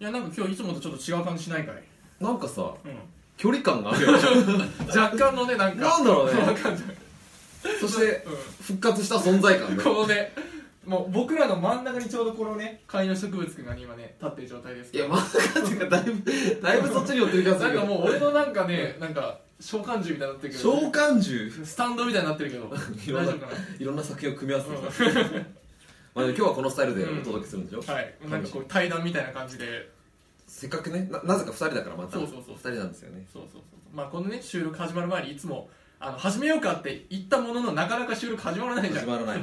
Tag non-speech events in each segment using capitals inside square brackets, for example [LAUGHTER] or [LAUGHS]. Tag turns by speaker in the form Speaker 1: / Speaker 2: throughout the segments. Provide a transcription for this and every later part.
Speaker 1: いやなんか今日いつもとちょっと違う感じしないかい、
Speaker 2: なんかさ
Speaker 1: う
Speaker 2: 距離感があるよね
Speaker 1: ん、若干のね [LAUGHS] なんか
Speaker 2: なんだろうね
Speaker 1: わかんない
Speaker 2: [LAUGHS] そして
Speaker 1: う
Speaker 2: 復活した存在感
Speaker 1: ん
Speaker 2: ね
Speaker 1: このねもう僕らの真ん中にちょうどこのね観葉植物くんがね今ね立ってる状態です
Speaker 2: い
Speaker 1: けど
Speaker 2: や真ん中っていうかだいぶ [LAUGHS] だいぶそっちに寄ってる気がす
Speaker 1: な
Speaker 2: る
Speaker 1: ん
Speaker 2: け
Speaker 1: か
Speaker 2: ど
Speaker 1: もう俺のなんかねなんか召喚獣みたいになってるけど、
Speaker 2: 召喚獣
Speaker 1: スタンドみたいになってるけど
Speaker 2: い
Speaker 1: 大
Speaker 2: ろん
Speaker 1: 丈夫
Speaker 2: な
Speaker 1: か
Speaker 2: いろんな作品を組み合わせてきた、
Speaker 1: な、
Speaker 2: まあ、でも今日はこのスタイルでお届けするんでしょ、
Speaker 1: うんはいなんかこう対談みたいな感じで
Speaker 2: せっかくねななぜか2人だからま
Speaker 1: そ
Speaker 2: た
Speaker 1: うそうそう
Speaker 2: 2人なんですよね
Speaker 1: そうそうそうまあこのね収録始まる前にいつもあの始めようかって言ったもののなかなか収録始まらないじゃ
Speaker 2: 始
Speaker 1: ん
Speaker 2: まらない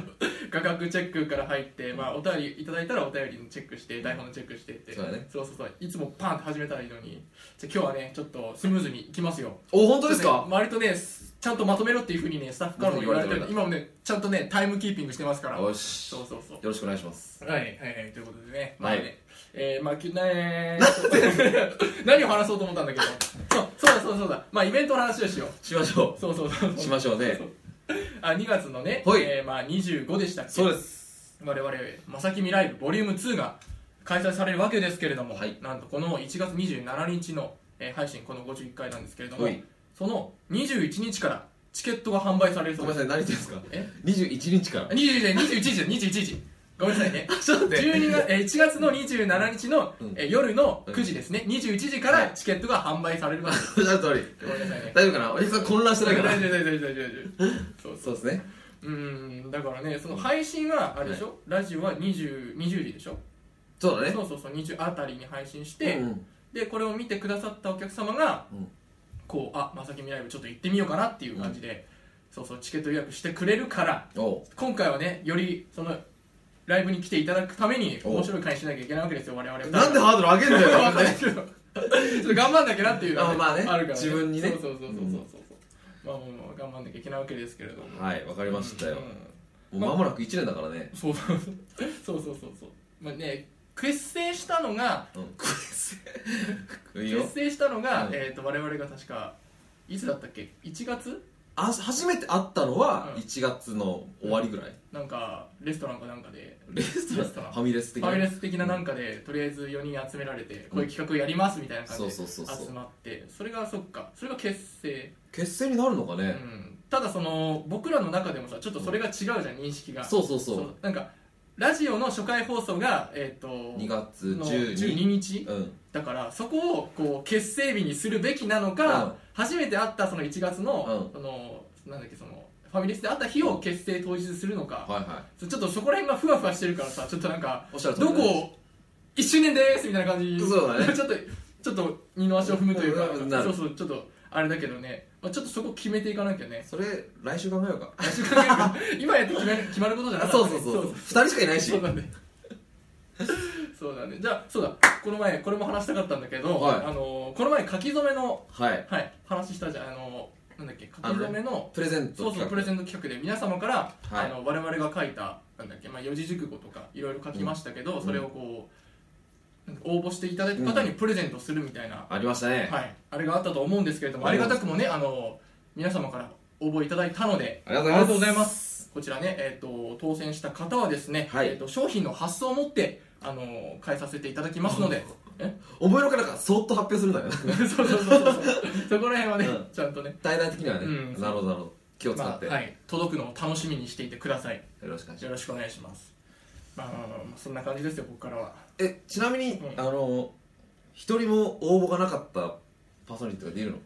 Speaker 1: 画角チェックから入って、まあ、お便りいただいたらお便りのチェックして台本のチェックしてって
Speaker 2: そうだね
Speaker 1: そうそうそういつもパンって始めたらいいのにじゃあ今日はねちょっとスムーズにいきますよ
Speaker 2: お本当ですか
Speaker 1: ね割とねすちゃんとまとめろっていうふうにねスタッフからも言われてる
Speaker 2: 言われてる
Speaker 1: 今もねちゃんとねタイムキーピングしてますから
Speaker 2: よし
Speaker 1: そうそうそう
Speaker 2: よろしくお願いします
Speaker 1: はいはいはいということでね、
Speaker 2: はい
Speaker 1: まあねえー、まあきゅね [LAUGHS] 何を話そうと思ったんだけど
Speaker 2: [LAUGHS]
Speaker 1: そうそうだそうだそうだまあイベントの話をしよう
Speaker 2: しましょ
Speaker 1: そうそうそう
Speaker 2: う
Speaker 1: そ
Speaker 2: し
Speaker 1: う
Speaker 2: ましょうね
Speaker 1: あ2月のね、
Speaker 2: はい
Speaker 1: えーまあ、25でしたっけ
Speaker 2: そうです
Speaker 1: 我々まさきみライブボリューム2が開催されるわけですけれども、
Speaker 2: はい
Speaker 1: なんとこの1月27日の、えー配信この51回なんですけれども、
Speaker 2: はい
Speaker 1: その21日からチケットが販売される
Speaker 2: ご
Speaker 1: そ
Speaker 2: め
Speaker 1: うんで
Speaker 2: な
Speaker 1: す
Speaker 2: さい何言ってんですか
Speaker 1: え
Speaker 2: 21日から
Speaker 1: 21時21時21時ごめんなさい
Speaker 2: [LAUGHS]
Speaker 1: ね
Speaker 2: ちょっと待って
Speaker 1: 12月えー1月の27日の、
Speaker 2: うん
Speaker 1: えー夜の9時ですね、21時か
Speaker 2: は
Speaker 1: ら
Speaker 2: い
Speaker 1: チケットが販売されるわけです
Speaker 2: おっしゃる通り
Speaker 1: ごめんなさい
Speaker 2: [LAUGHS]
Speaker 1: ね
Speaker 2: 大丈夫かなお客さん混乱して
Speaker 1: 大
Speaker 2: ない
Speaker 1: 丈
Speaker 2: か
Speaker 1: 夫大 [LAUGHS] 丈
Speaker 2: な
Speaker 1: 夫大丈夫大丈夫そう
Speaker 2: そうですね
Speaker 1: うーんだからねその配信はあれでしょ、ラジオは 20, 20時でしょ
Speaker 2: そうだね
Speaker 1: そうそうそう20あたりに配信して、
Speaker 2: うんうん
Speaker 1: でこれを見てくださったお客様が、
Speaker 2: うん
Speaker 1: こうあまさきみライブちょっと行ってみようかなっていう感じで、そうそうチケット予約してくれるから
Speaker 2: おう
Speaker 1: 今回はねよりそのライブに来ていただくために
Speaker 2: お
Speaker 1: 面白い会にしなきゃいけないわけですよ我々は
Speaker 2: なんでハードル上げんだ [LAUGHS]
Speaker 1: [LAUGHS]
Speaker 2: よ
Speaker 1: わかんないけどちょっと頑張んなきゃなっていうのは
Speaker 2: あまあね
Speaker 1: るから、
Speaker 2: 自分にね
Speaker 1: そうそうそうそうそうそう、まあもうもう頑張んなきゃいけないわけですけれども
Speaker 2: はいわかりましたよ
Speaker 1: うん
Speaker 2: もう間もなく1年だからね
Speaker 1: そう [LAUGHS] そうそうそうそうそうまあね結成したのが
Speaker 2: [LAUGHS] うんこれいいよ
Speaker 1: 結成したのが、
Speaker 2: うん
Speaker 1: えー、と我々が確かいつだったっけ1月
Speaker 2: あ初めて会ったのは
Speaker 1: うん
Speaker 2: 1月の終わりぐらい
Speaker 1: なんかレストランかなんかで
Speaker 2: レスト
Speaker 1: レスト
Speaker 2: ラ
Speaker 1: ラ
Speaker 2: ン
Speaker 1: ン
Speaker 2: ファミレ
Speaker 1: フ
Speaker 2: ス的な
Speaker 1: ァミレス的ななんかで、とりあえず4人集められてこういう企画やりますみたいな
Speaker 2: そ
Speaker 1: 感
Speaker 2: う
Speaker 1: じで
Speaker 2: そうそうそう
Speaker 1: 集まってそれがそっかそれが結成、
Speaker 2: 結成になるのか
Speaker 1: う
Speaker 2: ね
Speaker 1: ん、ただその僕らの中でもさちょっとそれが違うじゃん認識が
Speaker 2: そうそうそう
Speaker 1: なんかラジオの初回放送がえっ、と
Speaker 2: 2月
Speaker 1: の
Speaker 2: 12
Speaker 1: 12日
Speaker 2: うん
Speaker 1: だからそこをこう結成日にするべきなの
Speaker 2: うん
Speaker 1: か初めて会ったその1月の
Speaker 2: うん
Speaker 1: そのなんだっけそのファミレスで会った日を結成当日するのか
Speaker 2: はいは
Speaker 1: ちょっとそこら辺がふわふわしてるからさちょっとなんか
Speaker 2: いおっしゃる通り
Speaker 1: どこを1周年ですみたいな感じ
Speaker 2: そうだ
Speaker 1: [LAUGHS]
Speaker 2: ね
Speaker 1: ちょっとちょっと二の足を踏むという
Speaker 2: うんな
Speaker 1: か
Speaker 2: る
Speaker 1: そうそうちょっとあれだけどねまあちょっとそこ決めていかなきゃね [LAUGHS]
Speaker 2: それ来週考えようか
Speaker 1: 来週考えるか今やって決め決まることじゃな
Speaker 2: あ
Speaker 1: かっ
Speaker 2: [LAUGHS] そう
Speaker 1: たね
Speaker 2: そうそう2人しかいないし
Speaker 1: そうだね [LAUGHS] そうだねじゃあそうだこの前これも話したかったんだけど、
Speaker 2: はい
Speaker 1: あのこの前書き初めの、
Speaker 2: はい
Speaker 1: はい、話したじゃんあのなんだっけ書き
Speaker 2: あのね
Speaker 1: 初めの
Speaker 2: プレゼント
Speaker 1: そうそうプレゼ
Speaker 2: ン
Speaker 1: ント企画で皆様から、
Speaker 2: はい
Speaker 1: あの我々が書いたなんだっけ、まあ、四字熟語とかいろいろ書きましたけど、
Speaker 2: うん
Speaker 1: それをこうなんか応募していただいた方にプレゼントするみたいな、
Speaker 2: ありましたね
Speaker 1: はい、あれがあったと思うんですけれどもありがたくもねあの皆様から応募いただいたので
Speaker 2: ありが
Speaker 1: ありがと
Speaker 2: と
Speaker 1: うご
Speaker 2: うご
Speaker 1: ざ
Speaker 2: ざ
Speaker 1: い
Speaker 2: い
Speaker 1: ま
Speaker 2: ます
Speaker 1: こちらね、えー、と当選した方はですね、
Speaker 2: はい
Speaker 1: えー、と商品の発送をもって、あのー、返させていただきますので
Speaker 2: 思いのほかなんかそっと発表するんだよね
Speaker 1: [LAUGHS] そうそうそうそうそこら辺はね、
Speaker 2: うん
Speaker 1: ちゃんとね、
Speaker 2: 大々的にはね
Speaker 1: うん
Speaker 2: なるほどなるほど気を使って
Speaker 1: まあは
Speaker 2: よ
Speaker 1: い、届くのを楽しみにしていてください
Speaker 2: ろしくお願いし
Speaker 1: よ
Speaker 2: ます
Speaker 1: ろしくお願いしますまあまあまあまあそんな感じですよここからは
Speaker 2: えちなみに
Speaker 1: うん
Speaker 2: あの一人も応募がなかったパーソナリティとかでいるの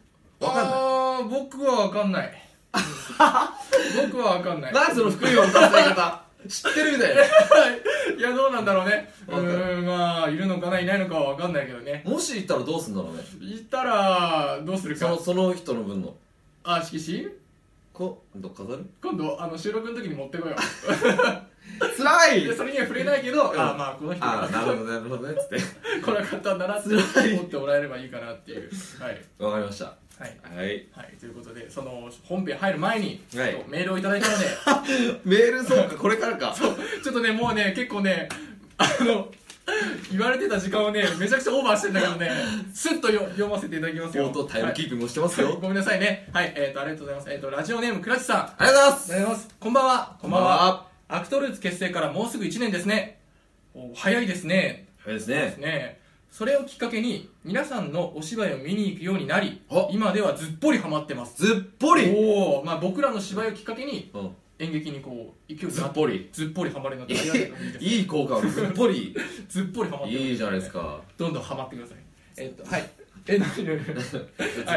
Speaker 2: わかんない
Speaker 1: あー僕は分かんない [LAUGHS] 僕は分かんない
Speaker 2: 何その福井を歌った方知ってるみたいない
Speaker 1: やどうなんだろうねう
Speaker 2: わかんない
Speaker 1: ーんまあいるのかないないのかは分かんないけどね
Speaker 2: もしいたらどうすんだろうね
Speaker 1: いたらどうする
Speaker 2: そ
Speaker 1: か
Speaker 2: のその人の分の
Speaker 1: あ色紙
Speaker 2: 今度飾る
Speaker 1: 今度あの収録の時に持ってこよう
Speaker 2: つらい
Speaker 1: でそれには触れないけど、
Speaker 2: うん
Speaker 1: ああまあこの人
Speaker 2: あ
Speaker 1: が
Speaker 2: あなるほどなるほどねつって
Speaker 1: 来なかったんだなって
Speaker 2: 辛い
Speaker 1: 思ってもらえればいいかなっていうはい
Speaker 2: わかりました
Speaker 1: はい、
Speaker 2: はい
Speaker 1: はい、ということでその本編入る前にちょ
Speaker 2: は
Speaker 1: っ
Speaker 2: い
Speaker 1: とメールをいただいた
Speaker 2: [LAUGHS]
Speaker 1: ので、
Speaker 2: メール
Speaker 1: [LAUGHS]
Speaker 2: そうかこれからか
Speaker 1: ちょっとねもうね結構ねあの言われてた時間をねめちゃくちゃオーバーしてんだけど
Speaker 2: [LAUGHS]
Speaker 1: ねスッとよ読ませていただきますよ
Speaker 2: 相当タイムキ
Speaker 1: ー
Speaker 2: ープもしてます
Speaker 1: プ、はい
Speaker 2: よ
Speaker 1: ごめんなさいねはいえっ、とありがとうございますえっ、とラジオネームくらちさんあ
Speaker 2: ありがとうございます
Speaker 1: りがとうございますこんばんは
Speaker 2: こんばんは
Speaker 1: アクトルーツ結成からもうすぐ1年ですねお早いですね
Speaker 2: 早いです
Speaker 1: です
Speaker 2: ね
Speaker 1: ねそれをきっかけに皆さんのお芝居を見に行くようになり
Speaker 2: あ
Speaker 1: 今ではずっぽりハマってます
Speaker 2: ずっぽり
Speaker 1: おおまあ僕らの芝居をきっかけに
Speaker 2: うん
Speaker 1: 演劇にこう勢い
Speaker 2: ず
Speaker 1: が
Speaker 2: っぽり
Speaker 1: ずっぽりハマるようになったり
Speaker 2: いい効果あるずっぽり
Speaker 1: ずっぽりハマってます
Speaker 2: いいじゃないですか
Speaker 1: どんどんハマってくださいえっとはいえな
Speaker 2: [LAUGHS]
Speaker 1: になになに
Speaker 2: ずっ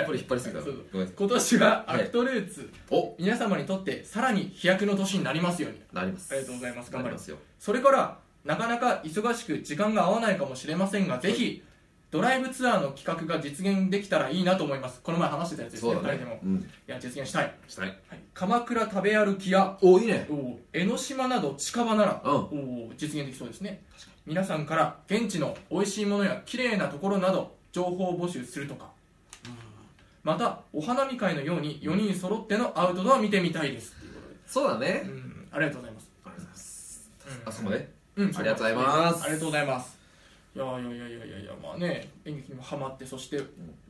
Speaker 2: ぽり引っ張りすぎた
Speaker 1: はいそう
Speaker 2: ごめんなさい
Speaker 1: 今年はア
Speaker 2: はい
Speaker 1: クトルーツ、
Speaker 2: お
Speaker 1: 皆様にとってさらに飛躍の年になりますように
Speaker 2: なります
Speaker 1: ありがとうございます
Speaker 2: な
Speaker 1: 頑張
Speaker 2: り
Speaker 1: り
Speaker 2: ま
Speaker 1: ます
Speaker 2: すよ
Speaker 1: それからなかなか忙しく時間が合わないかもしれませんがぜひドライブツアーの企画が実現できたらいいなと思いますこの前話してたやつです
Speaker 2: そ
Speaker 1: ね
Speaker 2: うだ
Speaker 1: 誰
Speaker 2: ね
Speaker 1: でも
Speaker 2: うん
Speaker 1: いや実現したい、
Speaker 2: したい
Speaker 1: はい、鎌倉食べ歩きや
Speaker 2: おいいね
Speaker 1: お江ノ島など近場なら、
Speaker 2: うん
Speaker 1: お実現できそうですね皆さんから現地の美味しいものや綺麗なところなど情報を募集するとかまたお花見会のように4人揃ってのアウトドア見てみたいですっていうことで
Speaker 2: そうだね
Speaker 1: うんありがとうございます
Speaker 2: ありがとうございます
Speaker 1: うん
Speaker 2: あそこまで
Speaker 1: うん、
Speaker 2: ありがとうございます
Speaker 1: ありがとうございます。いやいやいやいやいやいや、まあね、演劇にもハマって、そして、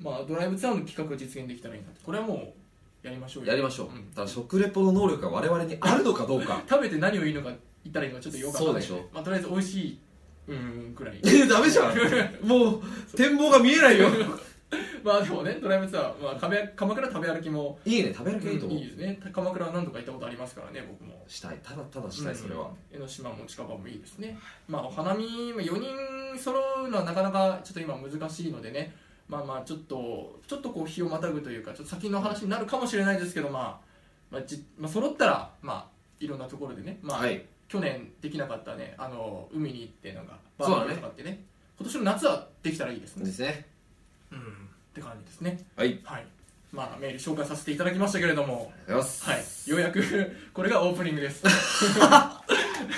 Speaker 1: まあ、ドライブツアーの企画を実現できたらいいなって、これはもうやりましょうよ
Speaker 2: やりましょう
Speaker 1: うん
Speaker 2: ただ食レポの能力が我々にあるのかど
Speaker 1: [LAUGHS]
Speaker 2: うか
Speaker 1: 食べて何を言うのか言ったらいいのかちょっとよくわかんないけど
Speaker 2: そうで
Speaker 1: まあ、とりあえず美味しい、うん、
Speaker 2: [LAUGHS]
Speaker 1: くらい。
Speaker 2: えダメじゃ
Speaker 1: [LAUGHS]
Speaker 2: んもう展望が見えないよ
Speaker 1: まあでもね、ドライブツアー、まあ、壁鎌倉食べ歩きも、
Speaker 2: いいね食べる
Speaker 1: う
Speaker 2: け
Speaker 1: ん
Speaker 2: いいと思う
Speaker 1: いいですね。鎌倉は何度か行ったことありますからね、僕も。
Speaker 2: したいただただしたいそれは
Speaker 1: うん江ノ島も近場もいいですね、まあ、お花見4人揃うのはなかなかちょっと今難しいのでねまあまあちょっとちょっとこう日をまたぐというかちょっと先の話になるかもしれないですけど、まあまあ、じまあ揃ったらまあいろんなところでね、まあ
Speaker 2: はい
Speaker 1: 去年できなかったねあの海に行ってなんかバ
Speaker 2: そうだね
Speaker 1: ーベキューとかってね今年の夏はできたらいいです
Speaker 2: で
Speaker 1: ね
Speaker 2: すね
Speaker 1: うんって感じですね
Speaker 2: はい
Speaker 1: はいまあメール紹介させていただきましたけれども
Speaker 2: ありがとうございます
Speaker 1: はい、ようやく [LAUGHS] これがオープニングです [LAUGHS] こ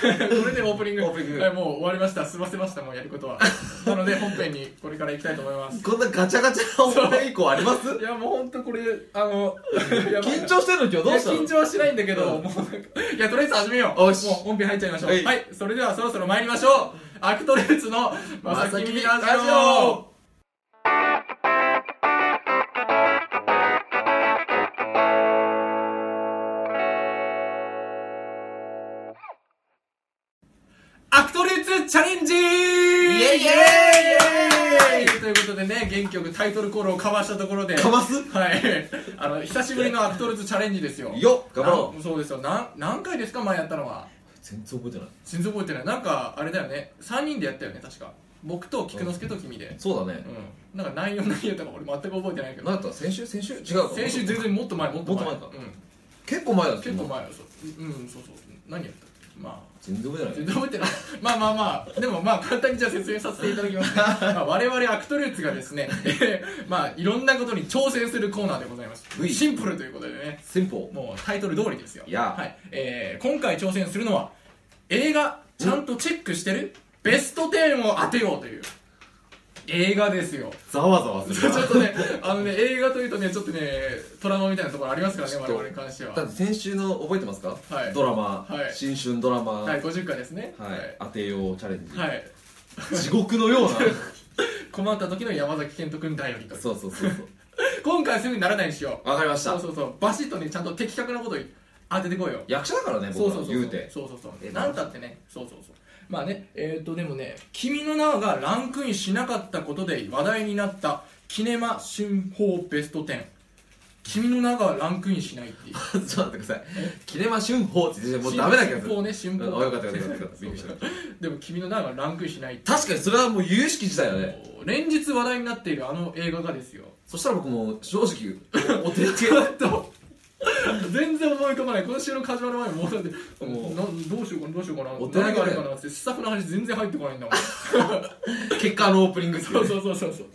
Speaker 1: れでオープニング
Speaker 2: オープニング
Speaker 1: はい、もう終わりました済ませましたもうやること [LAUGHS] はなので本編にこれから行きたいと思います
Speaker 2: こんなガチャガチャお前以降あります
Speaker 1: いやもう本当これあの [LAUGHS] やばいな
Speaker 2: 緊張してるの今日どうした
Speaker 1: いや緊
Speaker 2: の
Speaker 1: 張はしないんだけど、
Speaker 2: うん
Speaker 1: もうなんかいやとりあえず始めよう
Speaker 2: よし
Speaker 1: もう本編入っちゃいましょうは、
Speaker 2: はいい
Speaker 1: それではそろそろ参りましょうアクトルーツの「まさきみラジオ」アクトルーツチャレンジイエ
Speaker 2: イエ
Speaker 1: ということでね原曲タイトルコールをかわしたところで
Speaker 2: かます
Speaker 1: はい、あの久しぶりのアクトルズチャレンジですよ。
Speaker 2: よっ頑張ろう
Speaker 1: う。そうですよ。なん何回ですか前やったのは。
Speaker 2: 全然覚えてない
Speaker 1: 全然覚えてない。なんかあれだよね。三人でやったよね確か。僕と菊之助と君で。
Speaker 2: そうだね
Speaker 1: うん。なんか内容何やったか俺全く覚えてないけど。
Speaker 2: 何やった先週先週違う
Speaker 1: 先週全然もっと前もっと前。
Speaker 2: もっと前か結構前だ
Speaker 1: うん。結構前よ。そううんうんそうそう。何やった。まあ。
Speaker 2: 全然覚えて
Speaker 1: 全
Speaker 2: ない
Speaker 1: 然覚えてない [LAUGHS] まあまあまあでもまあ簡単にじゃあ説明させていただき
Speaker 2: [LAUGHS]
Speaker 1: ます、まあ、我々アクトルーツがですね、 [LAUGHS] えーまあいろんなことに挑戦するコーナーでございます
Speaker 2: うい
Speaker 1: シンプルということでね
Speaker 2: 先方
Speaker 1: もうタイトル通りですよ
Speaker 2: いや
Speaker 1: はいえー今回挑戦するのは映画ちゃんとチェックしてるベスト10を当てようという映画です
Speaker 2: [LAUGHS]
Speaker 1: よ
Speaker 2: ざわざわす
Speaker 1: ちょ
Speaker 2: る
Speaker 1: っとねあのね映画というとねちょっとねトラウマみたいなところありますからね
Speaker 2: ちょっ
Speaker 1: 我
Speaker 2: と
Speaker 1: 々に関しては
Speaker 2: [LAUGHS] だって先週の覚えてますか
Speaker 1: はい
Speaker 2: ドラマ
Speaker 1: はい
Speaker 2: 新春ドラマ
Speaker 1: は
Speaker 2: はい
Speaker 1: い50回ですね
Speaker 2: 当てようチャレン
Speaker 1: はい、はい
Speaker 2: ジ地獄のような
Speaker 1: 困った時の山崎賢人君頼りという
Speaker 2: そうそうそうそう
Speaker 1: 今回すぐにならないにしよう
Speaker 2: わかりまし
Speaker 1: そう
Speaker 2: た
Speaker 1: そうそうバシッとねちゃんと的確なこと当ててこいよ
Speaker 2: 役者だからね
Speaker 1: そう
Speaker 2: 僕
Speaker 1: そう
Speaker 2: は
Speaker 1: そう
Speaker 2: 言うて
Speaker 1: そうそうそう
Speaker 2: え
Speaker 1: なんたってねそうそうそうまあねえっ、とでもね「君の名がランクインしなかったことで話題になったキネマ新報ベスト10「君の名がランクインしない」っ
Speaker 2: [LAUGHS]
Speaker 1: ていう
Speaker 2: ちょっと待ってくださいキネマ春報って言ってもうダメな気がす
Speaker 1: 新報
Speaker 2: る
Speaker 1: ね新報
Speaker 2: うんあよかったよかったよかったびっくりした
Speaker 1: でも「君の名がランクインしない」って
Speaker 2: 確かにそれはもう有識事態だね
Speaker 1: 連日話題になっているあの映画がですよ
Speaker 2: そしたら僕もう正直お手上
Speaker 1: [LAUGHS]
Speaker 2: げ
Speaker 1: と全然思い浮かばないこの収録始まる前にもうだって
Speaker 2: もう
Speaker 1: などうしようかなどうしようかな
Speaker 2: お手上げ
Speaker 1: 何があるかなってスタッフの話全然入ってこないんだもん
Speaker 2: 結果あのオープニング
Speaker 1: そうそうそうそうそう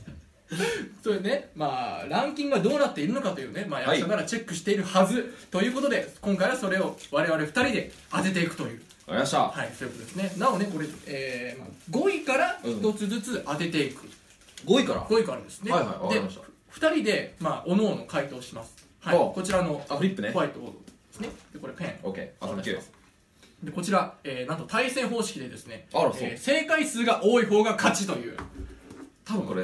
Speaker 1: それねまあランキングがどうなっているのかというね、まあ、
Speaker 2: は
Speaker 1: 役
Speaker 2: い
Speaker 1: 者ならチェックしているはず、ということで今回はそれを我々2人で当てていくという
Speaker 2: わかりました
Speaker 1: はいそういうことですねなおねこれ、えーまあ、5位から1つずつ当てていく、
Speaker 2: 5位から
Speaker 1: 5位からですね
Speaker 2: はいはいわかりました
Speaker 1: で2人で、まあ、おのおの回答しますはい
Speaker 2: おう
Speaker 1: こちらの
Speaker 2: あフリップね
Speaker 1: ホワイトボードですねでこれペン
Speaker 2: OK あ
Speaker 1: お
Speaker 2: と
Speaker 1: 願いし
Speaker 2: 9
Speaker 1: ますでこちら、えーなんと対戦方式でですね
Speaker 2: あらそう
Speaker 1: えー正解数が多い方が勝ちという
Speaker 2: 多分これ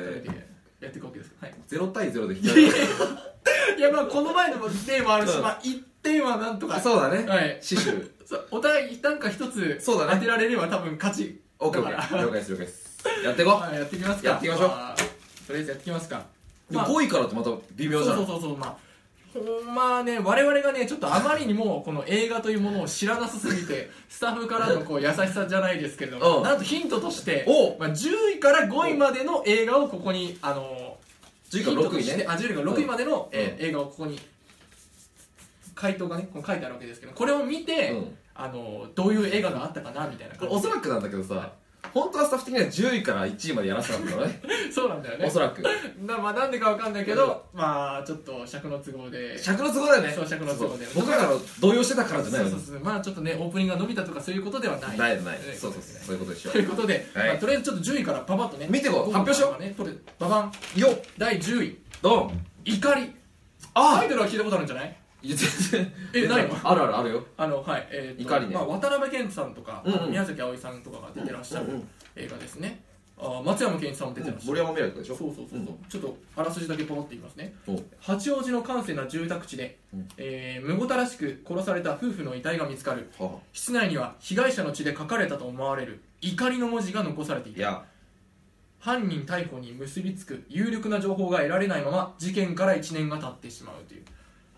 Speaker 1: やっていくわけですはい
Speaker 2: 0対0で引き分け
Speaker 1: いやまあこの前の例もあるし、
Speaker 2: うん
Speaker 1: まあ、1点はなんとか
Speaker 2: [LAUGHS] そうだね
Speaker 1: はい
Speaker 2: 死守
Speaker 1: そうお互いなんか一つ
Speaker 2: そうだね
Speaker 1: 当てられれば多分勝ち
Speaker 2: OKOK
Speaker 1: だから
Speaker 2: 了解です了解ですやっていこ
Speaker 1: まあやっていきますか
Speaker 2: やっていきましょう
Speaker 1: あとりあえずやっていきますか
Speaker 2: うでも
Speaker 1: まあ
Speaker 2: 5位からってまた微妙じゃ
Speaker 1: そうんそうそうそうまあほんまね我々がねちょっとあまりにもこの映画というものを知らなさすぎ
Speaker 2: [LAUGHS]
Speaker 1: てスタッフからのこう優しさじゃないですけれども
Speaker 2: うん
Speaker 1: なんとヒントとして
Speaker 2: おう
Speaker 1: まあ、10位から5位までの映画をここにあの
Speaker 2: 10位か
Speaker 1: ヒン
Speaker 2: ら
Speaker 1: トと
Speaker 2: 6位
Speaker 1: して
Speaker 2: ね
Speaker 1: あ10位から6位までの、
Speaker 2: うん
Speaker 1: えー映画をここに回答がねこう書いてあるわけですけどこれを見て、
Speaker 2: うん
Speaker 1: あのどういう映画があったかなみたいな
Speaker 2: これおそらくなんだけどさ本当はスタッフ的には10位から1位までやらせたんだよね
Speaker 1: そうなんだよ
Speaker 2: お
Speaker 1: [LAUGHS] ね
Speaker 2: そらく
Speaker 1: な,、まあ、なんでかわかんないけど、まあちょっと尺の都合で
Speaker 2: 尺の都合だよね
Speaker 1: そう尺の都合で
Speaker 2: そう僕らが動揺してたからじゃないよね
Speaker 1: そうそうそうまあちょっとねオープニングが伸びたとかそういうことではない
Speaker 2: ないない
Speaker 1: という
Speaker 2: そ
Speaker 1: こと
Speaker 2: うそう
Speaker 1: で
Speaker 2: そ
Speaker 1: ね
Speaker 2: うそういうことでしょ
Speaker 1: ということで、
Speaker 2: はい
Speaker 1: まあとりあえずちょっと10位からパパッとね
Speaker 2: 見てこう
Speaker 1: 僕
Speaker 2: 発表しよう
Speaker 1: の方がねこれババン
Speaker 2: うよっ
Speaker 1: 第10位
Speaker 2: ドン
Speaker 1: 怒りア
Speaker 2: あ
Speaker 1: イドルは聞いたことあるんじゃない
Speaker 2: いや全然
Speaker 1: えないの
Speaker 2: あるあるあるよ
Speaker 1: あのはいえーと
Speaker 2: 怒りね
Speaker 1: まあ、渡辺謙さんとか、
Speaker 2: うんうん
Speaker 1: 宮崎あおいさんとかが出てらっしゃる
Speaker 2: うんうん
Speaker 1: 映画ですね、あー松山ケンイチさんも出てらっしゃる、
Speaker 2: 森山未来とかでし
Speaker 1: そう
Speaker 2: ょ
Speaker 1: そうそうそう、
Speaker 2: うん
Speaker 1: ちょっとあらすじだけポロって言いますね
Speaker 2: お
Speaker 1: 八王子の閑静な住宅地で、
Speaker 2: うん
Speaker 1: えーむごたらしく殺された夫婦の遺体が見つかる
Speaker 2: は
Speaker 1: 室内には被害者の血で書かれたと思われる怒りの文字が残されてい
Speaker 2: い
Speaker 1: た
Speaker 2: や
Speaker 1: 犯人逮捕に結びつく有力な情報が得られないまま事件から1年が経ってしまうという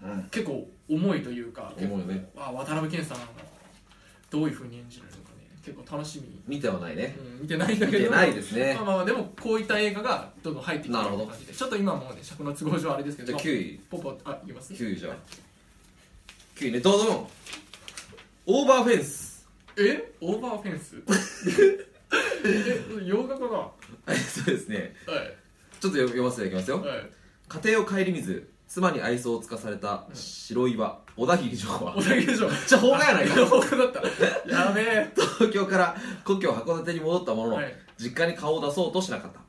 Speaker 2: うん
Speaker 1: 結構重いというか結構
Speaker 2: 重いね
Speaker 1: あ渡辺謙さんはどういうふうに演じるのかね結構楽しみに、
Speaker 2: 見てはないね
Speaker 1: うん、見てないんだ
Speaker 2: 見
Speaker 1: け
Speaker 2: て
Speaker 1: ど
Speaker 2: ないですね
Speaker 1: まあまあまあでもこういった映画がどんどん入ってきてる
Speaker 2: なるほど
Speaker 1: 感じでちょっと今もうね尺の都合上あれですけ
Speaker 2: じ
Speaker 1: ど
Speaker 2: ゃあ
Speaker 1: まあ
Speaker 2: 9位
Speaker 1: ポポあいきます
Speaker 2: 9位じゃん9位ねどうぞオーバーフェンス [LAUGHS]
Speaker 1: えオーバーフェンスえ洋画かなは
Speaker 2: そうですね
Speaker 1: い
Speaker 2: ちょっと読ませていただきますよ
Speaker 1: はい
Speaker 2: [LAUGHS] 家庭を顧みず妻に愛想をつかされた白岩小田切城は
Speaker 1: お酒でしょめっ
Speaker 2: ちゃ放火やないか
Speaker 1: 放火だったやべ
Speaker 2: [LAUGHS]
Speaker 1: え
Speaker 2: 東京から故郷函館に戻ったものの、
Speaker 1: はい
Speaker 2: 実家に顔を出そうとしなかった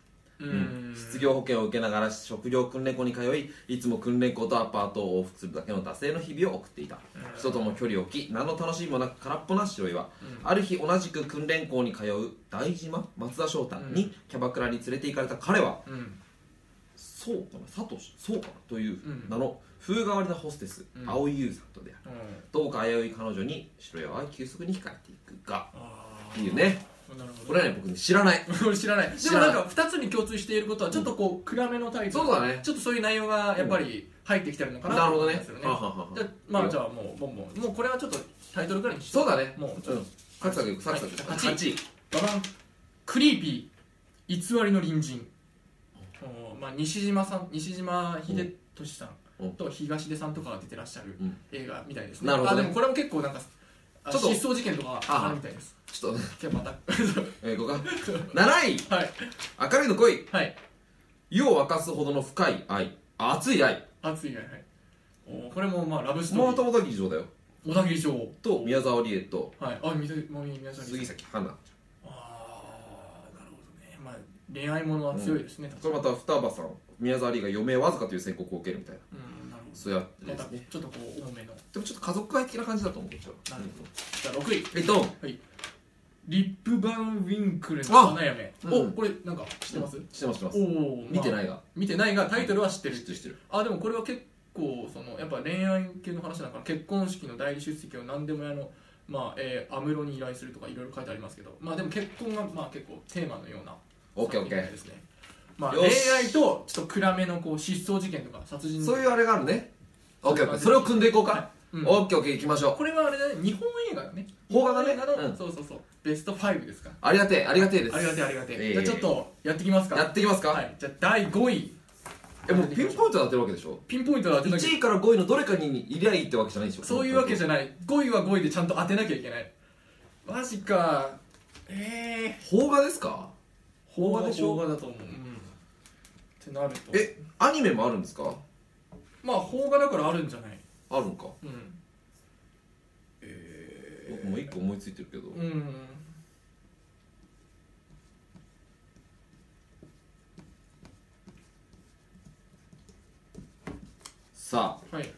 Speaker 1: う
Speaker 2: 失業保険を受けながら職業訓練校に通いいつも訓練校とアパートを往復するだけの惰性の日々を送っていた
Speaker 1: うん
Speaker 2: 人とも距離を置き何の楽しみもなく空っぽな白岩、
Speaker 1: う
Speaker 2: ある日同じく訓練校に通う大島松田翔太
Speaker 1: うん
Speaker 2: にキャバクラに連れて行かれた彼は
Speaker 1: うん
Speaker 2: そうかな佐藤そうかなという
Speaker 1: うん
Speaker 2: 名の風変わりなホステス、
Speaker 1: うん
Speaker 2: 青井優さんと出会う
Speaker 1: うん
Speaker 2: どうか危うい彼女に白岩は急速に惹かれていくが
Speaker 1: あ
Speaker 2: っ
Speaker 1: あ
Speaker 2: ていうね
Speaker 1: なるほど
Speaker 2: これはね僕ね知らない
Speaker 1: 俺知らない
Speaker 2: 知
Speaker 1: でも
Speaker 2: らない
Speaker 1: なんか2つに共通していることはちょっとこう暗めのタイプ
Speaker 2: そうだね
Speaker 1: ちょっとそういう内容がやっぱり入ってきてるのかな
Speaker 2: なるほどね
Speaker 1: と思いますよ
Speaker 2: はははは
Speaker 1: でまあじゃあもうボンボンもうこれはちょっとタイトルぐらいにして
Speaker 2: そうだね
Speaker 1: もう
Speaker 2: うんサクサクサクサク
Speaker 1: はい
Speaker 2: 8位
Speaker 1: ババンクリーピー偽りの隣人おーまあ、西島さん西島秀俊さ
Speaker 2: うん
Speaker 1: んと東出さんとかが出てらっしゃる
Speaker 2: うん
Speaker 1: 映画みたいですね、
Speaker 2: なるほどね
Speaker 1: あでもこれも結構なんかあ
Speaker 2: ちょっと
Speaker 1: 失踪事件とか
Speaker 2: あ
Speaker 1: あるみたいです
Speaker 2: ちょっと
Speaker 1: じゃあまた [LAUGHS]
Speaker 2: えー、ここか7位
Speaker 1: はい
Speaker 2: 明るいの恋
Speaker 1: はい
Speaker 2: 湯を沸かすほどの深い愛熱い愛
Speaker 1: 熱いねはいおーこれもまあラブストーリー
Speaker 2: もともと劇場だよ
Speaker 1: 小田切城はい
Speaker 2: と宮沢りえと
Speaker 1: あ見たもみ皆さん
Speaker 2: 杉咲花
Speaker 1: ああなるほどねまあ恋愛ものは強いですね、
Speaker 2: これまた双葉さん宮沢りえが余命わずかという宣告を受けるみたいな
Speaker 1: うんなるほ
Speaker 2: そうやっ
Speaker 1: ど
Speaker 2: て
Speaker 1: ま
Speaker 2: で
Speaker 1: た
Speaker 2: すね
Speaker 1: ちょっとこう重めの
Speaker 2: でもちょっと家族会的な感じだと思うこっちは
Speaker 1: なるほどじゃあ6位
Speaker 2: えっと
Speaker 1: リップバン・ウィンクルの花嫁
Speaker 2: あ
Speaker 1: お
Speaker 2: うん
Speaker 1: これなんか知ってます、
Speaker 2: 知ってます知ってます
Speaker 1: おお、
Speaker 2: 見て
Speaker 1: い
Speaker 2: ないが
Speaker 1: 見てないがタイトルは知って
Speaker 2: 知
Speaker 1: る
Speaker 2: ってる知ってる
Speaker 1: あでもこれは結構そのやっぱ恋愛系の話だから結婚式の代理出席を何でもやのまあえー安室、に依頼するとかいろいろ書いてありますけどまあでも結婚がまあ結構テーマのような
Speaker 2: オッケーオッケ
Speaker 1: 作品
Speaker 2: ー
Speaker 1: ですねまあ、
Speaker 2: よ
Speaker 1: 恋
Speaker 2: し
Speaker 1: 愛とちょっと暗めのこう失踪事件とか殺人
Speaker 2: そういううあれがあるねオッケーオッケーそれを組んでいこう
Speaker 1: は
Speaker 2: か
Speaker 1: ん
Speaker 2: オッケーオッケーいきましょ
Speaker 1: これはあれだね日本映画だね
Speaker 2: 邦画だね
Speaker 1: 日本映画の、
Speaker 2: うん
Speaker 1: そうそうそうベスト5ですか
Speaker 2: うありがてえありがてえです
Speaker 1: ありがてえありがてえ、
Speaker 2: ええ
Speaker 1: じゃあちょっとやってきますか
Speaker 2: やっていきますか、
Speaker 1: はいじゃあ第5位
Speaker 2: えもうピンポイントで当てるわけでしょ
Speaker 1: ピンポイントは当てなきゃ
Speaker 2: 1位から5位のどれかにいりゃいいってわけじゃないでしょ
Speaker 1: そういうわけじ
Speaker 2: ゃ
Speaker 1: ゃない5位は5位でちゃんと当てなきゃいけないマジかええ
Speaker 2: 邦画ですか邦画でしょ
Speaker 1: 邦画だと思う、うん、ってなると
Speaker 2: えアニメもあるんですか
Speaker 1: まあ邦画だからあるんじゃない
Speaker 2: あるのか
Speaker 1: うん
Speaker 2: 僕もう1個思いついてるけど
Speaker 1: うん
Speaker 2: さ
Speaker 1: はい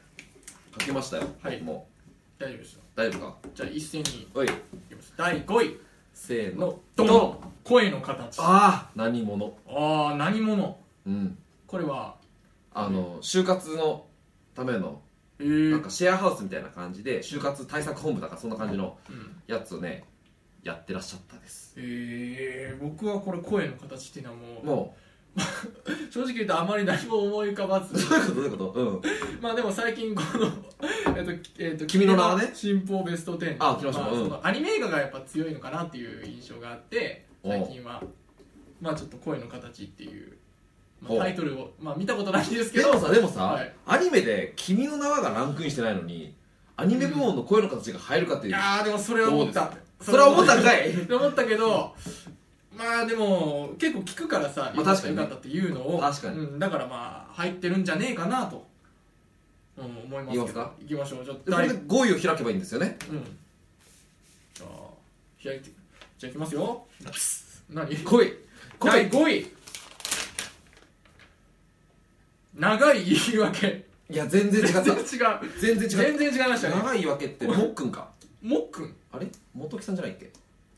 Speaker 2: あかけましたよ
Speaker 1: はい
Speaker 2: も
Speaker 1: 大丈夫ですよ
Speaker 2: う大丈夫か
Speaker 1: じゃあ一斉に
Speaker 2: おい
Speaker 1: いきます第5位
Speaker 2: せーの
Speaker 1: のドン
Speaker 2: ドン
Speaker 1: 声の形あ
Speaker 2: ああ何者
Speaker 1: あー何者
Speaker 2: うん
Speaker 1: これは
Speaker 2: あの就活のための
Speaker 1: えー
Speaker 2: なんかシェアハウスみたいな感じで就活対策本部だからそんな感じの
Speaker 1: うん
Speaker 2: やつをねやってらっしゃったです
Speaker 1: えー、僕はこれ声の形っていうのはもう
Speaker 2: も
Speaker 1: 正直言うとあまり何も思い浮かば
Speaker 2: う
Speaker 1: ず
Speaker 2: どういうことどういうことうん
Speaker 1: まあでも最近この [LAUGHS] えっと、えっと「
Speaker 2: [LAUGHS] 君の名はね
Speaker 1: 新報ベスト10」
Speaker 2: あ来ました
Speaker 1: まあ
Speaker 2: うん
Speaker 1: そのアニメ映画がやっぱ強いのかなっていう印象があって
Speaker 2: お
Speaker 1: 最近はまあちょっと「声の形」っていう、まあ
Speaker 2: お
Speaker 1: タイトルを、まあ、見たことないんですけ
Speaker 2: で
Speaker 1: ど
Speaker 2: もさでもさ、
Speaker 1: はい
Speaker 2: アニメで「君の名は」がランクインしてないのにアニメ部門の声の形が入るかって
Speaker 1: い
Speaker 2: いう、
Speaker 1: やーでもそれは思った
Speaker 2: それは思ったんかい
Speaker 1: [LAUGHS] 思ったけどまあでも結構聞くからさ
Speaker 2: まあ
Speaker 1: よかっ
Speaker 2: 確
Speaker 1: た
Speaker 2: かに
Speaker 1: よかったっていうのを
Speaker 2: 確かに
Speaker 1: うん、だからまあ入ってるんじゃねえかなと、うん、思いますけど
Speaker 2: いきますか
Speaker 1: いきましょうちょっと
Speaker 2: でこれ
Speaker 1: 第
Speaker 2: で5位を開けばいいんですよね
Speaker 1: うんじゃあ開いてじゃあいきますよ何
Speaker 2: 5位
Speaker 1: 第5位長い言い訳
Speaker 2: いや全然違った
Speaker 1: [LAUGHS] 全然違う
Speaker 2: 全然違っ
Speaker 1: 全然違いました
Speaker 2: た
Speaker 1: ね
Speaker 2: 長い言い訳ってもっくんか
Speaker 1: もっくん
Speaker 2: あれ元木さんじゃないっけ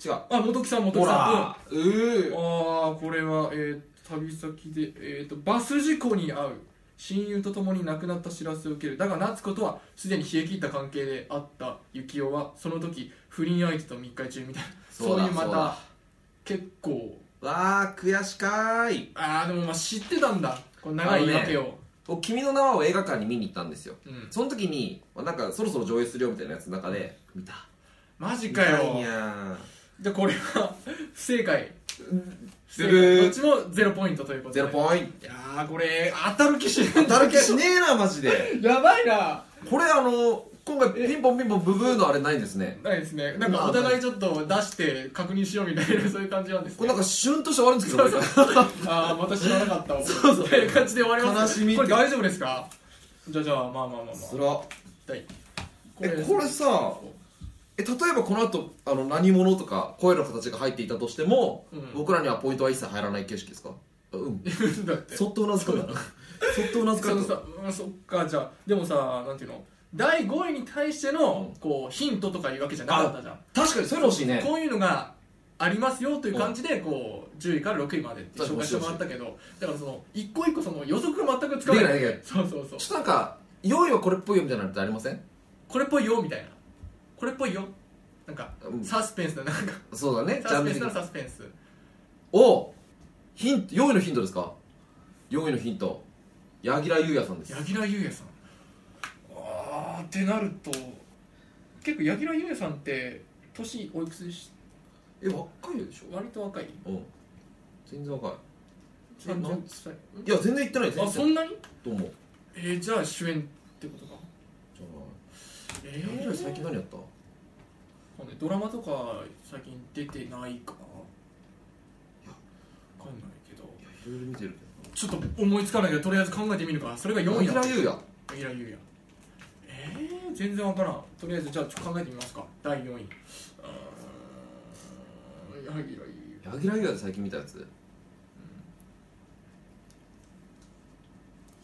Speaker 2: 違う
Speaker 1: あ元木さん元木
Speaker 2: ほ
Speaker 1: さんうん
Speaker 2: らうー
Speaker 1: ああこれは、えー旅先で、えー、とバス事故に遭う親友と共に亡くなった知らせを受けるだが夏子とはすでに冷え切った関係であった幸男はその時不倫相手と密会中みたいな
Speaker 2: そ
Speaker 1: そうう
Speaker 2: だ
Speaker 1: いうま
Speaker 2: そうだ
Speaker 1: た結構
Speaker 2: わあ悔しかーい
Speaker 1: ああでもまあ知ってたんだこの長い言い訳を、
Speaker 2: 僕君の名は」を映画館に見に行ったんですよ
Speaker 1: うん、
Speaker 2: その時になんかそろそろ上映するよみたいなやつの中で見た
Speaker 1: マジ
Speaker 2: 見
Speaker 1: か
Speaker 2: たん
Speaker 1: よ
Speaker 2: や
Speaker 1: じゃあこれは不正解不
Speaker 2: す
Speaker 1: 正
Speaker 2: る
Speaker 1: 解どっ
Speaker 2: ー
Speaker 1: ちもゼロポイントということで
Speaker 2: ゼロポイン
Speaker 1: いやーこれ当たる気しな
Speaker 2: ト
Speaker 1: い
Speaker 2: 当たる気しねえなマジで
Speaker 1: やばいな
Speaker 2: これあの今回ピンポンピンポンブブーのあれないんですね
Speaker 1: ないですねなんかお互いちょっと出して確認しようみたいなそういう感じなんです
Speaker 2: これ
Speaker 1: ね
Speaker 2: なんかシュンとして終わるんですけど
Speaker 1: そうああまた知らなかったわ
Speaker 2: そうそう
Speaker 1: という感じで終わります
Speaker 2: 悲しみって
Speaker 1: これ大丈夫ですかじゃあじゃあまあまあまあまあ
Speaker 2: ら
Speaker 1: 第こ
Speaker 2: えこれさえ例えばこの後あの何者とか声の形が入っていたとしても、
Speaker 1: うん
Speaker 2: 僕らにはポイントは一切入らない形式ですかあうん
Speaker 1: [LAUGHS] だって
Speaker 2: そっとうなずかれたそっとうなずか
Speaker 1: そ
Speaker 2: れ
Speaker 1: の
Speaker 2: た
Speaker 1: さうんそっかじゃあでもさなんていうの第5位に対しての
Speaker 2: うん
Speaker 1: こうヒントとかいうわけじゃなかったじゃん
Speaker 2: 確かにそういうの欲しいね
Speaker 1: こういうのがありますよという感じでこう10位から6位までって紹介してもらったけどだからその一個一個その予測が全くつかない
Speaker 2: できないでき
Speaker 1: そ
Speaker 2: ない
Speaker 1: うそうそう
Speaker 2: ちょっとなんか用意はこれっぽいよみたいなのってありません、
Speaker 1: これっぽいよみたいなこれっぽいよなんか
Speaker 2: うん
Speaker 1: サスペンスだ
Speaker 2: [LAUGHS]
Speaker 1: なんか
Speaker 2: そうだねジ
Speaker 1: サ
Speaker 2: ャ
Speaker 1: スペ
Speaker 2: ン
Speaker 1: ンス
Speaker 2: ル的
Speaker 1: な
Speaker 2: に
Speaker 1: らサスペンス
Speaker 2: おヒント用意のヒントですか用意のヒント柳楽優弥さんです
Speaker 1: 柳楽優弥さんあーってなると結構柳楽優弥さんって年おいくつでし
Speaker 2: え若いでし
Speaker 1: 割と若い
Speaker 2: ょうん全然若い
Speaker 1: 全然
Speaker 2: なん
Speaker 1: 歳
Speaker 2: いや全然言ってない全
Speaker 1: あ
Speaker 2: 然
Speaker 1: そんなに
Speaker 2: と思う
Speaker 1: えー、じゃあ主演ってことか
Speaker 2: じゃ
Speaker 1: え
Speaker 2: あ柳楽最近何やった
Speaker 1: なんでドラマとか最近出てないか分かんないけど
Speaker 2: いやいろいろ見てるけ
Speaker 1: ちょっと思いつかないけどとりあえず考えてみるかそれが4
Speaker 2: ど
Speaker 1: 位
Speaker 2: 柳
Speaker 1: だ
Speaker 2: 楽優弥
Speaker 1: 柳楽優弥えー、全然わからんとりあえずじゃあちょっと考えてみますか第4位うーん柳楽優
Speaker 2: 柳楽優弥で最近見たやつ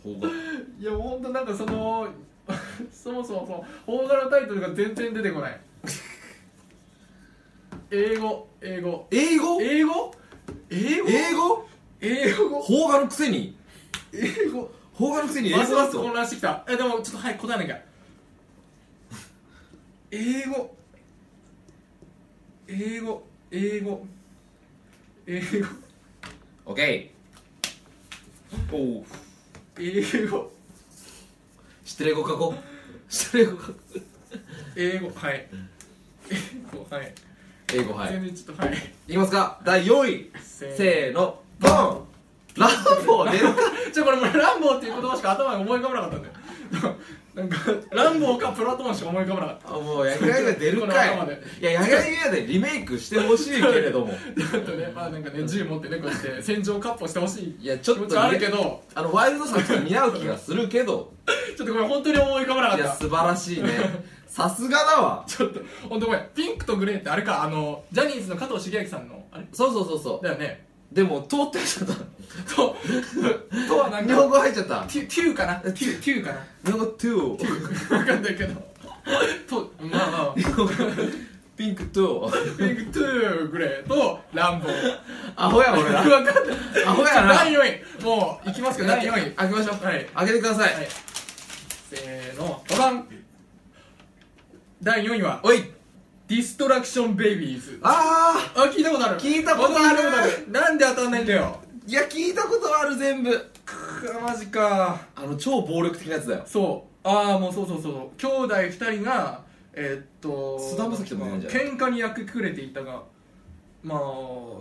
Speaker 2: 邦画
Speaker 1: 弥いやほんとなんかその [LAUGHS] そもそもその邦画のタイトルが全然出てこない英語英語
Speaker 2: 英語
Speaker 1: 英語英語
Speaker 2: 英語
Speaker 1: 英語
Speaker 2: 邦画のくせに
Speaker 1: 英語
Speaker 2: 邦画のくせに英語
Speaker 1: ます
Speaker 2: だ
Speaker 1: ます混
Speaker 2: と
Speaker 1: 乱してきたえでもちょっと早く答えなきゃ英語英語英語英語
Speaker 2: オッケーおお
Speaker 1: 英語
Speaker 2: 失礼語書こう [LAUGHS] 失礼語書こう
Speaker 1: 英語はい英語はい、
Speaker 2: 英語はい
Speaker 1: 全然ちょっとはい
Speaker 2: いきますか第4位
Speaker 1: せ
Speaker 2: せーのボンランボー出る
Speaker 1: [LAUGHS]
Speaker 2: か
Speaker 1: じゃこれもうランボーっていう言葉しか頭に思い浮かばなかったんだよなんかランボーかプラトンしか思い浮かばなかっ
Speaker 2: あもう柳楽優弥出る
Speaker 1: この
Speaker 2: かい
Speaker 1: 頭で
Speaker 2: いや柳楽優弥でリメイクしてほしいけれ
Speaker 1: [LAUGHS]
Speaker 2: ども
Speaker 1: ただとねまあなんかね銃持ってねこうやって戦場かっ歩してほしい
Speaker 2: いやち
Speaker 1: 気
Speaker 2: ょっ
Speaker 1: 持
Speaker 2: と
Speaker 1: ち
Speaker 2: ね
Speaker 1: はあるけど
Speaker 2: あのワイルドさが似合う気がするけど
Speaker 1: ちょっとごめん本当に思い浮かばなかっ
Speaker 2: い
Speaker 1: た
Speaker 2: や素晴らしいねさすがだわ
Speaker 1: ちょっと、 [LAUGHS] ほんとごめん、ピンクとグレーってあれか、あの、ジャニーズの加藤茂明さんの、あれ
Speaker 2: そうそうそうそ
Speaker 1: だよね。
Speaker 2: うでも通ってきちゃっ
Speaker 1: と、 [LAUGHS] とはな
Speaker 2: た
Speaker 1: ん
Speaker 2: 日本
Speaker 1: か、
Speaker 2: 語入っちゃった
Speaker 1: テュテューかなテュテューかな
Speaker 2: 日本語2 [LAUGHS]
Speaker 1: わかんないけど。と、まあまあ、
Speaker 2: ピンク2
Speaker 1: ピンク、トゥー、グレーと、ランボー。
Speaker 2: アホや俺ら
Speaker 1: わかんない。
Speaker 2: アホやな
Speaker 1: 第4位。もう、いきますけど、第4位。
Speaker 2: 開けましょう
Speaker 1: はい。
Speaker 2: 開けてください、
Speaker 1: はい。せーの、ドバン第4位は、
Speaker 2: おい
Speaker 1: ディストラクションベイビーズ
Speaker 2: あ
Speaker 1: あ聞いたことある
Speaker 2: 聞いたことある
Speaker 1: 聞いたことあるなんで当たんないんだよ
Speaker 2: ーいや聞いたことある全部
Speaker 1: くーマジか
Speaker 2: あの超暴力的なやつだよ
Speaker 1: そうああもうそうそうそう兄弟2人がえーっと
Speaker 2: 菅田将暉とも言うんじゃない
Speaker 1: 喧嘩に明け暮れていたがまあ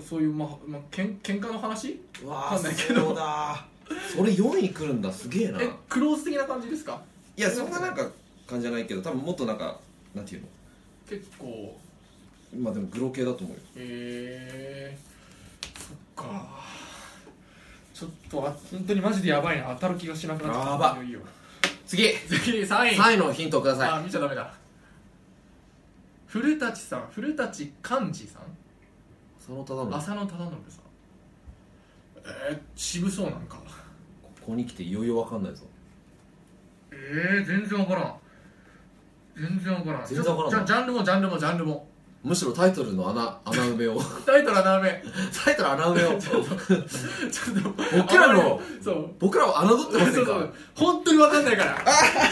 Speaker 1: そういうまあ、まあ、けん喧嘩の話
Speaker 2: う
Speaker 1: わかんないけど
Speaker 2: そうだそれ4位に来るんだすげえな
Speaker 1: えクローズ的な感じですか
Speaker 2: いやそんななんか感じじゃないけど多分もっとなんかなんていうの
Speaker 1: 結構
Speaker 2: まあでもグロ系だと思うよ
Speaker 1: えー、そっかちょっとあ本当にマジでやばいな当たる気がしなくなっちゃ
Speaker 2: や
Speaker 1: っ
Speaker 2: ば
Speaker 1: たいよいよ
Speaker 2: 次
Speaker 1: 次3位
Speaker 2: 3位のヒントください
Speaker 1: あ見ちゃダメだ古舘さん古舘寛治さん
Speaker 2: そのただのこ
Speaker 1: 浅野忠信さんえー、渋そうなんか
Speaker 2: こに来ていよいよわかんないぞ
Speaker 1: えー、全然わからん全然わからん
Speaker 2: 全然わからん
Speaker 1: じゃじゃジャンルもジャンルもジャンルも
Speaker 2: むしろタイトルの穴穴埋めを [LAUGHS]
Speaker 1: タイトルはダメ
Speaker 2: タイトル穴埋めを [LAUGHS]
Speaker 1: ちょっと
Speaker 2: 僕らの
Speaker 1: そう
Speaker 2: 僕らを侮ってませ
Speaker 1: そ
Speaker 2: ん
Speaker 1: うそ
Speaker 2: か
Speaker 1: う本当にわかんないから [LAUGHS]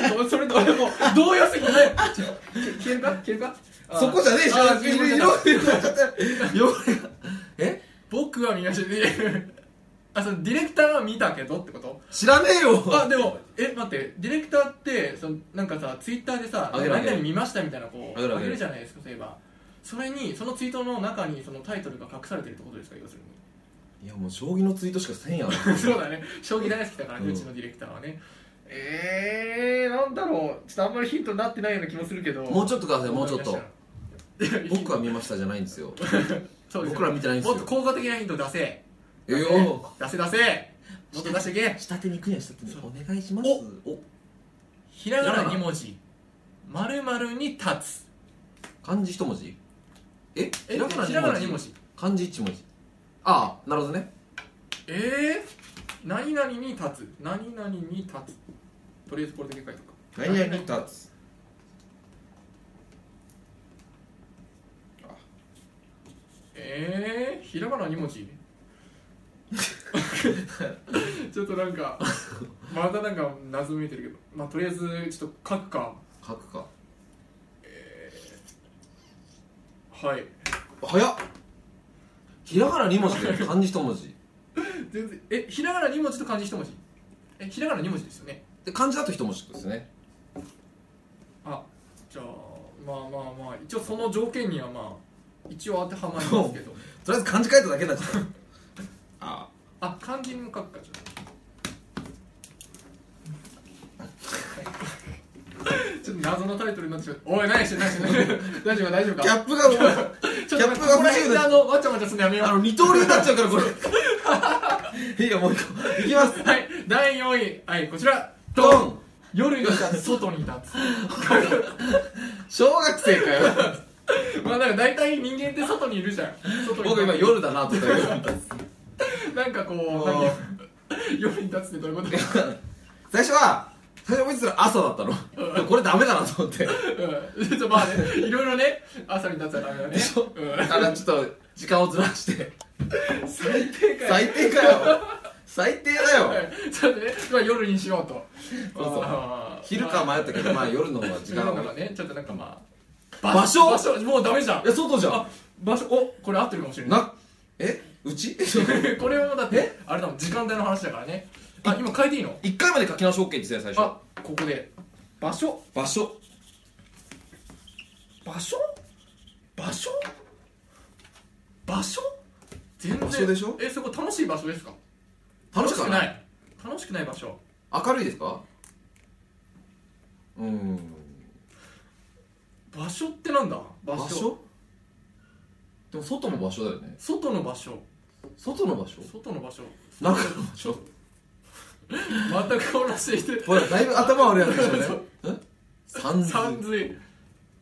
Speaker 1: ちょっとそれと俺も動揺
Speaker 2: [LAUGHS]
Speaker 1: してきてねちょ消えるか消えるかあ
Speaker 2: そこじゃねえし
Speaker 1: あ消える消える
Speaker 2: よ [LAUGHS] え
Speaker 1: 僕は見ましたね [LAUGHS] あそのディレクターは見たけどってこと
Speaker 2: 知らねえよ [LAUGHS]
Speaker 1: あでもえ待ってディレクターってそのなんかさツイッターでさ
Speaker 2: あげるあ
Speaker 1: 何
Speaker 2: げる
Speaker 1: 々見ましたみたいなこう
Speaker 2: あげる
Speaker 1: あ
Speaker 2: あげる
Speaker 1: げるじゃないですかそういえばそれにそのツイートの中にそのタイトルが隠されてるってことですか要する [LAUGHS] に
Speaker 2: いやもう将棋のツイートしかせん
Speaker 1: [LAUGHS]
Speaker 2: やん
Speaker 1: そうだね将棋大好きだからね、
Speaker 2: う
Speaker 1: うんちのディレクターはねえー、なんだろうちょっとあんまりヒントになってないような気もするけど
Speaker 2: もうちょっとくださいもうちょっと僕
Speaker 1: は
Speaker 2: は見ましたじゃない
Speaker 1: [LAUGHS]
Speaker 2: んですよ僕
Speaker 1: 僕
Speaker 2: ら
Speaker 1: ら
Speaker 2: 見てないんです
Speaker 1: も
Speaker 2: よ
Speaker 1: っと効果的なヒント出せ
Speaker 2: いや
Speaker 1: 出せ出せもっと出していけ
Speaker 2: 下手に行くには下手にお願いしますお
Speaker 1: ひらがな2文字まるまるに立つ
Speaker 2: 漢字一文字え
Speaker 1: えひらがな2文字
Speaker 2: 漢字一文字ああなるほどね
Speaker 1: えー、何々に立つ何々に立つとりあえずこれだけ書いとく
Speaker 2: つ
Speaker 1: えー、ひらがな2文字 [LAUGHS] ちょっとなんかまたなんか謎めいてるけどまあとりあえずちょっと書くか
Speaker 2: 書くか
Speaker 1: はい
Speaker 2: 早っひらがな2文字で漢字一文字
Speaker 1: 全然えひらがな2文字と漢字1文字えひらがな2文字ですよね
Speaker 2: で漢字だと一文字ですね
Speaker 1: あじゃあまあまあまあ一応その条件にはまあ一応当てはまりますけど
Speaker 2: とりあえず漢字書いただけになっちゃったあ
Speaker 1: あ漢字にも書くかじゃあちょっと謎のタイトルになってしまうおい何してる何してる何してる [LAUGHS] 大丈夫
Speaker 2: あ
Speaker 1: か
Speaker 2: ギャップが
Speaker 1: [LAUGHS]
Speaker 2: も
Speaker 1: ちょ
Speaker 2: う
Speaker 1: っと
Speaker 2: ギャップが
Speaker 1: ここら辺
Speaker 2: 不自由
Speaker 1: で
Speaker 2: だ
Speaker 1: あのわちゃわちゃすんのやめよう
Speaker 2: あの二刀流になっちゃうからこれいいよもう一個いきます
Speaker 1: はい第4位はいこちら
Speaker 2: ド
Speaker 1: ド
Speaker 2: ン
Speaker 1: ン夜に立つ外に立
Speaker 2: [LAUGHS] 小学生かよ
Speaker 1: つまあなんか大体人間って外にいるじゃん外に
Speaker 2: 僕今夜だなとか言われた
Speaker 1: なんかこ
Speaker 2: もう
Speaker 1: う何夜に立つってどういうことか
Speaker 2: 最初は最初思いついたら朝だったのでもこれダメだなと思っ
Speaker 1: [LAUGHS]
Speaker 2: て
Speaker 1: うんちょっとまあねいろいろね朝に立つはダメだね
Speaker 2: でしょ
Speaker 1: うん
Speaker 2: だからちょっと時間をずらして
Speaker 1: 最低かよ
Speaker 2: 最低かよ最低だよ
Speaker 1: はいちょっとね、まあ、夜にしようと
Speaker 2: そうそう
Speaker 1: あー
Speaker 2: 昼か迷ったけどまあ夜の方が時
Speaker 1: 夜
Speaker 2: 間
Speaker 1: の
Speaker 2: が
Speaker 1: 方
Speaker 2: 多
Speaker 1: が
Speaker 2: い
Speaker 1: ねちょっとなんかまあ
Speaker 2: 場所
Speaker 1: 場所もうダメじゃん
Speaker 2: いや外じゃん
Speaker 1: あ場所おこれ合ってるかもしれない
Speaker 2: なえうち
Speaker 1: [LAUGHS] これもだってあれだもん時間帯の話だからねあ今変えていいの
Speaker 2: [LAUGHS] 一回まで書き直し OK って言ってたよ最初
Speaker 1: あここで場所
Speaker 2: 場所
Speaker 1: 場所場所場所全然
Speaker 2: 場所でしょ
Speaker 1: えそこ楽しい場所ですか
Speaker 2: 楽しくはない
Speaker 1: い楽しくない場所
Speaker 2: 明るいですかうーん
Speaker 1: 場所ってなんだ場所
Speaker 2: 場所でも外の場所だよね
Speaker 1: 外の場所
Speaker 2: 外の場所
Speaker 1: 外の場所
Speaker 2: 中の場所
Speaker 1: 全く同じで
Speaker 2: ほらだいぶ頭悪いやつでしょね [LAUGHS] え三
Speaker 1: 三
Speaker 2: 髄
Speaker 1: 髄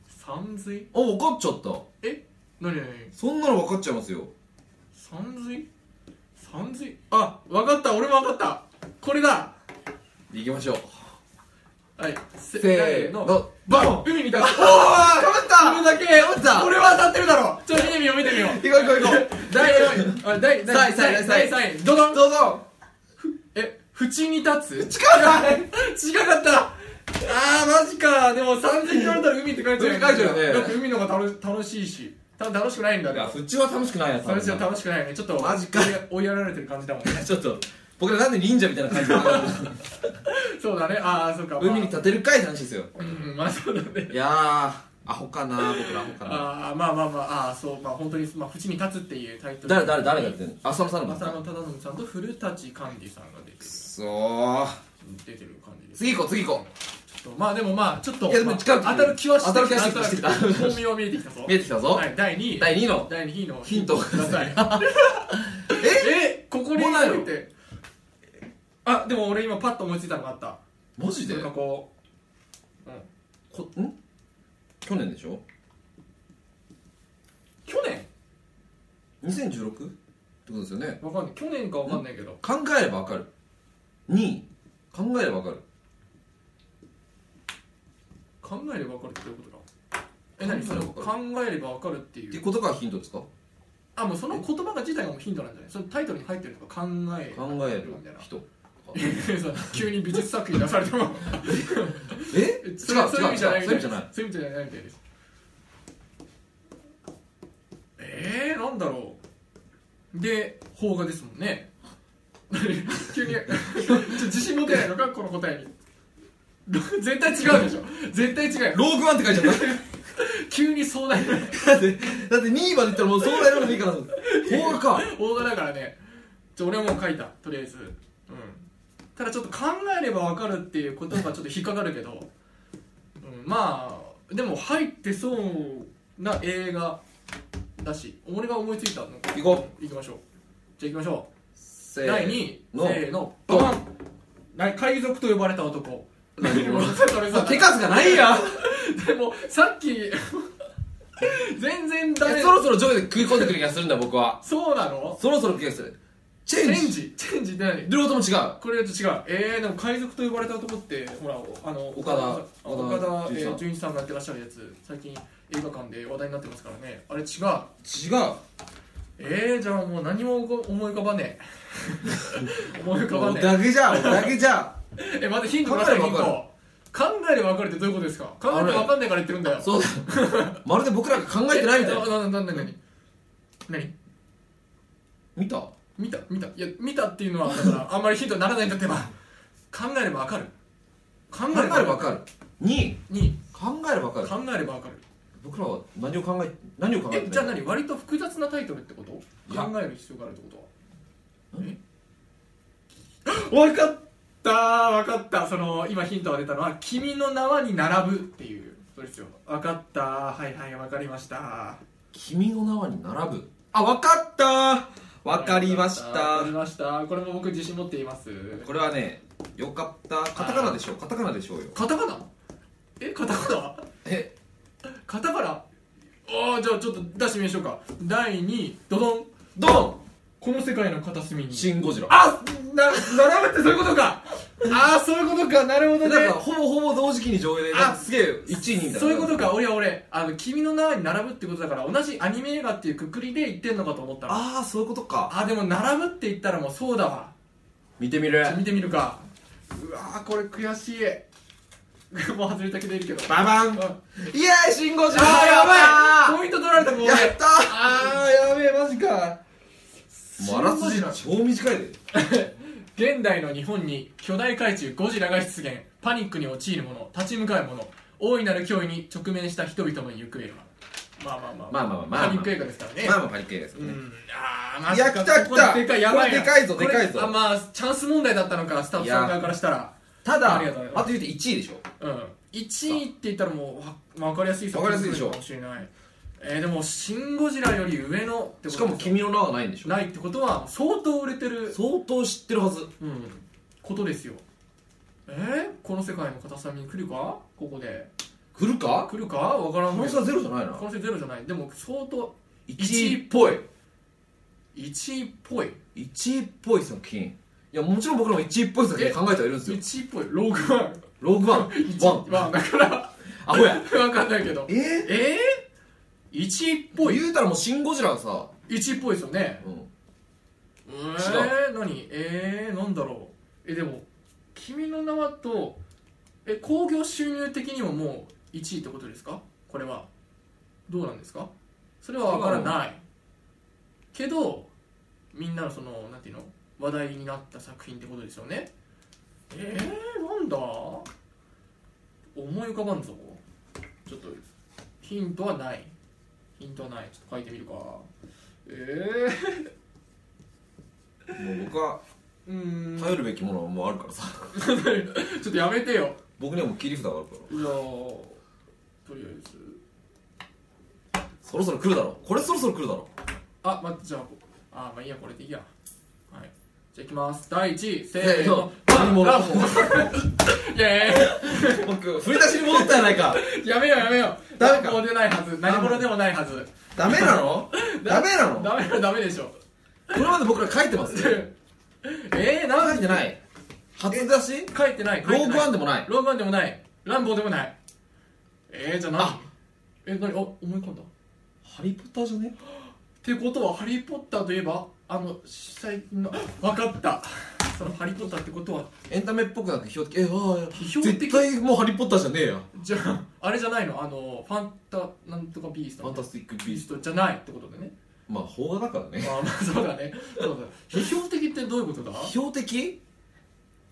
Speaker 1: 三髄
Speaker 2: あ分かっちゃった
Speaker 1: え何何
Speaker 2: そんなの分かっちゃいますよ
Speaker 1: 三髄三髄あ分かった俺も分かったこれだ
Speaker 2: 行きましょう
Speaker 1: はいせ
Speaker 2: せーの
Speaker 1: バ
Speaker 2: ン
Speaker 1: ン海に立つ
Speaker 2: おーかぶった
Speaker 1: これだけ
Speaker 2: やった
Speaker 1: 俺は当たってるだろちょっと見てみよう見てみ
Speaker 2: [LAUGHS]
Speaker 1: よう
Speaker 2: 行こう行こう行こ
Speaker 1: 第4位あ第
Speaker 2: さい
Speaker 1: 第
Speaker 2: さい
Speaker 1: 第
Speaker 2: さい
Speaker 1: 第3位どど
Speaker 2: うんどうぞ
Speaker 1: え縁に立つ
Speaker 2: 近い
Speaker 1: 違かったあーマジかでも3000キロだったら海って書いちゃう
Speaker 2: 海書いちゃうよね
Speaker 1: だって海の方が楽楽しいした楽しくないんだ
Speaker 2: いや
Speaker 1: ね
Speaker 2: フチは楽しくないやつ
Speaker 1: そ
Speaker 2: なん
Speaker 1: れ
Speaker 2: だ
Speaker 1: じゃ楽しくないよねちょっと
Speaker 2: マジか
Speaker 1: 追いや追いやられてる感じだもんね
Speaker 2: [LAUGHS] ちょっと僕らなんで忍者みたいな
Speaker 1: [LAUGHS]
Speaker 2: 感じで
Speaker 1: そうだねああそうか、まあ、
Speaker 2: 海に立てるかいって話です
Speaker 1: [LAUGHS]
Speaker 2: よ
Speaker 1: うんまあそうだね
Speaker 2: いやーアホかな僕らアホかな
Speaker 1: ああまあまあまあああそうまあ本当にまあ淵に立つっていうタイトル
Speaker 2: 誰誰誰が出てんの浅野さんの
Speaker 1: 浅野忠信さんと古舘寛治さんが出てる
Speaker 2: そう
Speaker 1: 出てる感じです
Speaker 2: 次行こう次行こ
Speaker 1: ちょっとまあでもまあちょっと
Speaker 2: いやでも
Speaker 1: まあ
Speaker 2: 近く
Speaker 1: 当たる気はして
Speaker 2: 当たる気はしてきた
Speaker 1: なんとなく本名は見えてきたぞ
Speaker 2: う見えてきたぞ、
Speaker 1: はい第2位
Speaker 2: 第2の
Speaker 1: 第2位の
Speaker 2: ヒントを
Speaker 1: くだ
Speaker 2: [LAUGHS]
Speaker 1: さいえここに
Speaker 2: もうないの
Speaker 1: 置いてあでも俺今パッと思いついたのがあった
Speaker 2: マジで
Speaker 1: なんかこう、うん、
Speaker 2: こん去年でしょ
Speaker 1: 去年
Speaker 2: 2016? ってことですよね
Speaker 1: わかんない去年かわかんないけど
Speaker 2: 考えればわかる2位考えればわかる
Speaker 1: 考えればわかるってどういうことかえ何それ
Speaker 2: 考えればわか
Speaker 1: 考えればわかるって
Speaker 2: っ
Speaker 1: い
Speaker 2: て
Speaker 1: う
Speaker 2: ことがヒントですか
Speaker 1: あもうその言葉が自体がもうヒントなんじゃないそのタイトルに入ってるとか考え
Speaker 2: 考える
Speaker 1: みたいな
Speaker 2: 人
Speaker 1: [LAUGHS] そう急に美術作品出されても
Speaker 2: え違う違う違う
Speaker 1: それそういう意味じゃない
Speaker 2: そういう意味じゃない
Speaker 1: そういう意味じゃないみたいですえー、なんだろうで邦画ですもんね [LAUGHS] 急にちょ自信持てないのかこの答えに [LAUGHS] 絶対違うでしょ絶対違うよ
Speaker 2: ローグワンって書いちゃった
Speaker 1: 急に壮大な
Speaker 2: だってだって2位までいったらもうそうなるのでいいかなと思って邦画か
Speaker 1: [LAUGHS] 邦画だからねちょ俺はもう書いたとりあえずうんただちょっと考えればわかるっていうことがちょっと引っかかるけど、うん、まあでも入ってそうな映画だし俺が思いついたの
Speaker 2: 行こ
Speaker 1: う行きましょうじゃあ行きましょ
Speaker 2: せ
Speaker 1: う第2位せ
Speaker 2: の
Speaker 1: ーのババンな海賊と呼ばれた男 [LAUGHS] それさ
Speaker 2: 手数がないや
Speaker 1: でもさっき [LAUGHS] 全然ダメ
Speaker 2: そろそろ上位で食い込んでくる気がするんだ僕は
Speaker 1: そうなの
Speaker 2: そろそろ気がするチ
Speaker 1: チ
Speaker 2: ェ
Speaker 1: ェ
Speaker 2: ン
Speaker 1: ン
Speaker 2: ジ
Speaker 1: ジチェンジって何
Speaker 2: 両方とも違う
Speaker 1: これと違うえー、でも海賊と呼ばれた男ってほらあの
Speaker 2: 岡田
Speaker 1: あ岡田
Speaker 2: 岡田
Speaker 1: え
Speaker 2: 准一さん
Speaker 1: ー准一さんがやってらっしゃるやつ最近映画館で話題になってますからねあれ違う
Speaker 2: 違う
Speaker 1: えー、じゃあもう何も思い浮かばねえ思い浮かばねえ
Speaker 2: だけじゃだけじゃ
Speaker 1: え待ってヒントください
Speaker 2: 考
Speaker 1: ヒ
Speaker 2: えれ
Speaker 1: ン
Speaker 2: ば
Speaker 1: ト考えれば分かるってどういうことですか考えて分かんないから言ってるんだよ
Speaker 2: [LAUGHS] そうだまるで僕らが考えてないみたい
Speaker 1: えな
Speaker 2: な
Speaker 1: ななななに何
Speaker 2: 見た
Speaker 1: 見た見たいや見たっていうのはだからあんまりヒントにならないんだってば考えれば分かる考
Speaker 2: 考
Speaker 1: えれ
Speaker 2: えれ
Speaker 1: ば
Speaker 2: ば
Speaker 1: 分
Speaker 2: わ
Speaker 1: か
Speaker 2: か
Speaker 1: る
Speaker 2: る2位
Speaker 1: に
Speaker 2: 考えればわかる
Speaker 1: 考えれば分かる
Speaker 2: 僕らは何を考え何を考えて
Speaker 1: えじゃあ
Speaker 2: ない
Speaker 1: 何割と複雑なタイトルってこと
Speaker 2: いや
Speaker 1: 考える必要があるってことは分かったー分かったその今ヒントが出たのは「君の名は」に並ぶっていうそうですよ分かったーはいはい分かりましたー
Speaker 2: 君の名はに並ぶあわかったわかりまし
Speaker 1: わか
Speaker 2: た
Speaker 1: りましたこれも僕自信持っています
Speaker 2: これはねよかったカタカナでしょうカタカナでしょうよ
Speaker 1: カタカナえカタカナ
Speaker 2: え
Speaker 1: カタカナああじゃあちょっと出してみましょうか第2位ドドン
Speaker 2: ド
Speaker 1: この世界の片隅に
Speaker 2: ンシン・ゴジラ
Speaker 1: あな並ぶってそういうことかああそういうことかなるほど
Speaker 2: だ
Speaker 1: ね
Speaker 2: からほぼほぼ同時期に上映で
Speaker 1: あ
Speaker 2: なんかすげえ1位に
Speaker 1: そういうことか俺は俺あの君の名に並ぶってことだから同じアニメ映画っていうくくりで言ってんのかと思ったらあ
Speaker 2: ああそういうことか
Speaker 1: あでも並ぶって言ったらもうそうだわ
Speaker 2: 見てみる
Speaker 1: ちょっと見てみるかうわーこれ悔しいもう外れたけでいるけど
Speaker 2: ババン
Speaker 1: うん
Speaker 2: イエ
Speaker 1: あ
Speaker 2: ーイシン・ゴジラ
Speaker 1: あやばいポイント取られたもん俺
Speaker 2: やったー
Speaker 1: ああやべえマジか
Speaker 2: もうあらすじ超短いで
Speaker 1: 現代の日本に巨大怪獣ゴジラが出現パニックに陥る者立ち向かう者大いなる脅威に直面した人々の行方はまあまあまあ
Speaker 2: まあまあまあまあ
Speaker 1: パニック映画ですからね、
Speaker 2: まあまあパリ系ですよ
Speaker 1: う
Speaker 2: ね
Speaker 1: んあーマジ
Speaker 2: いや来た来た
Speaker 1: これでかいやばいな
Speaker 2: これでかいぞでかいぞ
Speaker 1: これあまあチャンス問題だったのかスタッフさん側からしたら
Speaker 2: ただ
Speaker 1: ありがとうございます
Speaker 2: あと言うて1位でしょ
Speaker 1: うん1位って言ったらもうわ分かりやすい作
Speaker 2: わ
Speaker 1: 品
Speaker 2: かりやすいでしょ
Speaker 1: かもしれないえー、でも「シン・ゴジラ」より上のってこと
Speaker 2: しかも
Speaker 1: ですよ
Speaker 2: 君の名はないんでしょ
Speaker 1: ないってことは相当売れてる
Speaker 2: 相当知ってるはず
Speaker 1: うん、ことですよえー、この世界の片隅に来るかここで
Speaker 2: 来るか
Speaker 1: 来るかわから
Speaker 2: 可
Speaker 1: ん
Speaker 2: 能
Speaker 1: け
Speaker 2: 性
Speaker 1: ど
Speaker 2: はゼロじゃないな
Speaker 1: 可能性ゼロじゃないでも相当
Speaker 2: 1位っぽい
Speaker 1: 1位っぽい
Speaker 2: 1位っぽい作品いやもちろん僕らも1位っぽい作品考えてはいるんですよ
Speaker 1: 1位っぽいローグ
Speaker 2: [LAUGHS]
Speaker 1: ワン
Speaker 2: ローグワンワン
Speaker 1: まあだから
Speaker 2: アホや
Speaker 1: 分かんないけど
Speaker 2: えっ
Speaker 1: えー、1位っぽい
Speaker 2: 言うたらもうシン・ゴジラがさ、
Speaker 1: 1位っぽいですよね
Speaker 2: うん、
Speaker 1: えー、何えー、なんだろうえでも「君の名は」とえ興行収入的にももう1位ってことですかこれはどうなんですかそれは分からないけどみんなのそのなんていうの話題になった作品ってことですよねえー、なんだ思い浮かばんぞちょっとヒントはないヒントはないちょっと書いてみるかえ
Speaker 2: もう僕は
Speaker 1: ー、うーん
Speaker 2: 頼るべきものはもうあるからさ
Speaker 1: [LAUGHS] ちょっとやめてよ
Speaker 2: [LAUGHS] 僕にはもう切り札があるから
Speaker 1: いやーとりあえず
Speaker 2: そろそろ来るだろこれそろそろ来るだろ
Speaker 1: あ、待って、じゃあ、こあ、まあいいや、これでいいや。はい。じゃあ、いきます。第1位、せ
Speaker 2: せ
Speaker 1: ー
Speaker 2: ーの
Speaker 1: の。パン
Speaker 2: ラ
Speaker 1: ラ
Speaker 2: ボ
Speaker 1: ボ [LAUGHS] イェ
Speaker 2: 僕振り出しに戻ったやないか
Speaker 1: ーイやめようやめよう。
Speaker 2: ダメか
Speaker 1: 何も出ないはず。何者でもないはず。
Speaker 2: ダメなの [LAUGHS] ダメなの
Speaker 1: ダメだ、ダメでしょ。 [LAUGHS]
Speaker 2: これまで僕ら書いてます [LAUGHS] よ
Speaker 1: えー、な
Speaker 2: 書いてない初出し
Speaker 1: 書いてない。書いてない
Speaker 2: ローグワンでもない
Speaker 1: ローグワンでもない。ランボーでもない。えー、じゃあ何
Speaker 2: あ
Speaker 1: え、何あ、思い込んだ。っ
Speaker 2: ハリー・ポッターじゃね
Speaker 1: てことは、ハリー・ポッターといえば、あの、最近の、わかった。その、ハリー・ポッターってことは、
Speaker 2: エンタメっぽくなく批評的えああ
Speaker 1: 批評的
Speaker 2: 絶対もうハリー・ポッターじゃねえや
Speaker 1: じゃああれじゃないのあのファンタなんとかビースト
Speaker 2: ファンタスティック・
Speaker 1: ビ
Speaker 2: ビ
Speaker 1: ー
Speaker 2: ース
Speaker 1: ストじゃないってことでね
Speaker 2: トまあ邦画だからね
Speaker 1: まあまあそうだねそうだ批評的ってどういうことだ
Speaker 2: 批評的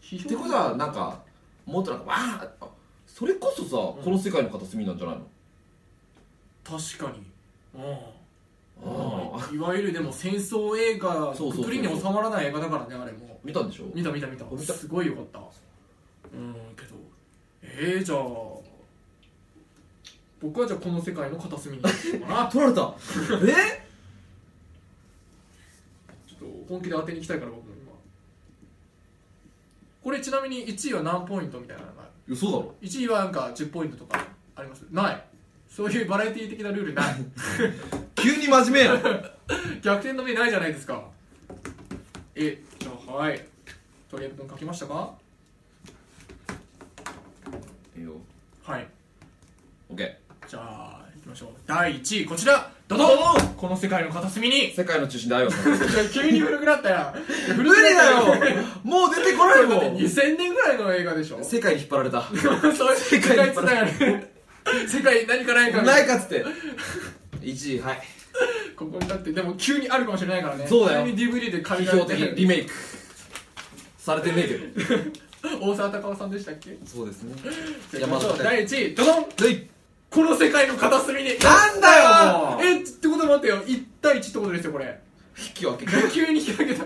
Speaker 1: 批評
Speaker 2: ってことはなんかもっとなんかわーあそれこそさ、
Speaker 1: うん
Speaker 2: この世界の片隅なんじゃないの
Speaker 1: 確かにう
Speaker 2: ああ
Speaker 1: んいわゆるでも戦争映画
Speaker 2: そうそうそうそう
Speaker 1: くくりに収まらない映画だからねあれも
Speaker 2: 見たんでしょ
Speaker 1: 見た見た見た
Speaker 2: 見た
Speaker 1: すごいよかったうんけどえー、じゃあ僕はじゃあこの世界の片隅に行こうか
Speaker 2: [LAUGHS]
Speaker 1: な
Speaker 2: 取られたえ
Speaker 1: ちょっと本気で当てに行きたいから僕も今これちなみに1位は何ポイントみたいなのがある
Speaker 2: 嘘だろ
Speaker 1: 1位はなんか10ポイントとかありますないそういうバラエティー的なルールない
Speaker 2: 急に真面目やん
Speaker 1: 逆転の目ないじゃないですかえじゃあはいトリエ君書きましたか
Speaker 2: いいよ
Speaker 1: はい
Speaker 2: オッケ
Speaker 1: じゃあいきましょう第1位こちらドドンこの世界の片隅に
Speaker 2: ー世界の中心だよ
Speaker 1: [LAUGHS] 急に古くなったやん
Speaker 2: 無理だよ [LAUGHS] もう出てこない
Speaker 1: だって
Speaker 2: もん
Speaker 1: 2000年ぐらいの映画でしょ
Speaker 2: [LAUGHS] 世界に引っ張られた
Speaker 1: そういう世界つながる世界何かないかみた
Speaker 2: [LAUGHS] ないいかっつって1位はい
Speaker 1: ここにだってでも急にあるかもしれないからね
Speaker 2: そうだよ
Speaker 1: 急に DVD で借
Speaker 2: 批
Speaker 1: りられ
Speaker 2: 評
Speaker 1: て
Speaker 2: 的
Speaker 1: る
Speaker 2: リメイクされてねえけど
Speaker 1: 大沢たかおさんでしたっけ
Speaker 2: そうですね
Speaker 1: 山
Speaker 2: 山
Speaker 1: 田
Speaker 2: 田
Speaker 1: 第1位ドドン
Speaker 2: はい
Speaker 1: この世界の片隅に
Speaker 2: なんだよもう
Speaker 1: えってこと待ってよ1対1ってことですよこれ
Speaker 2: 引き分け
Speaker 1: 急に引き上げた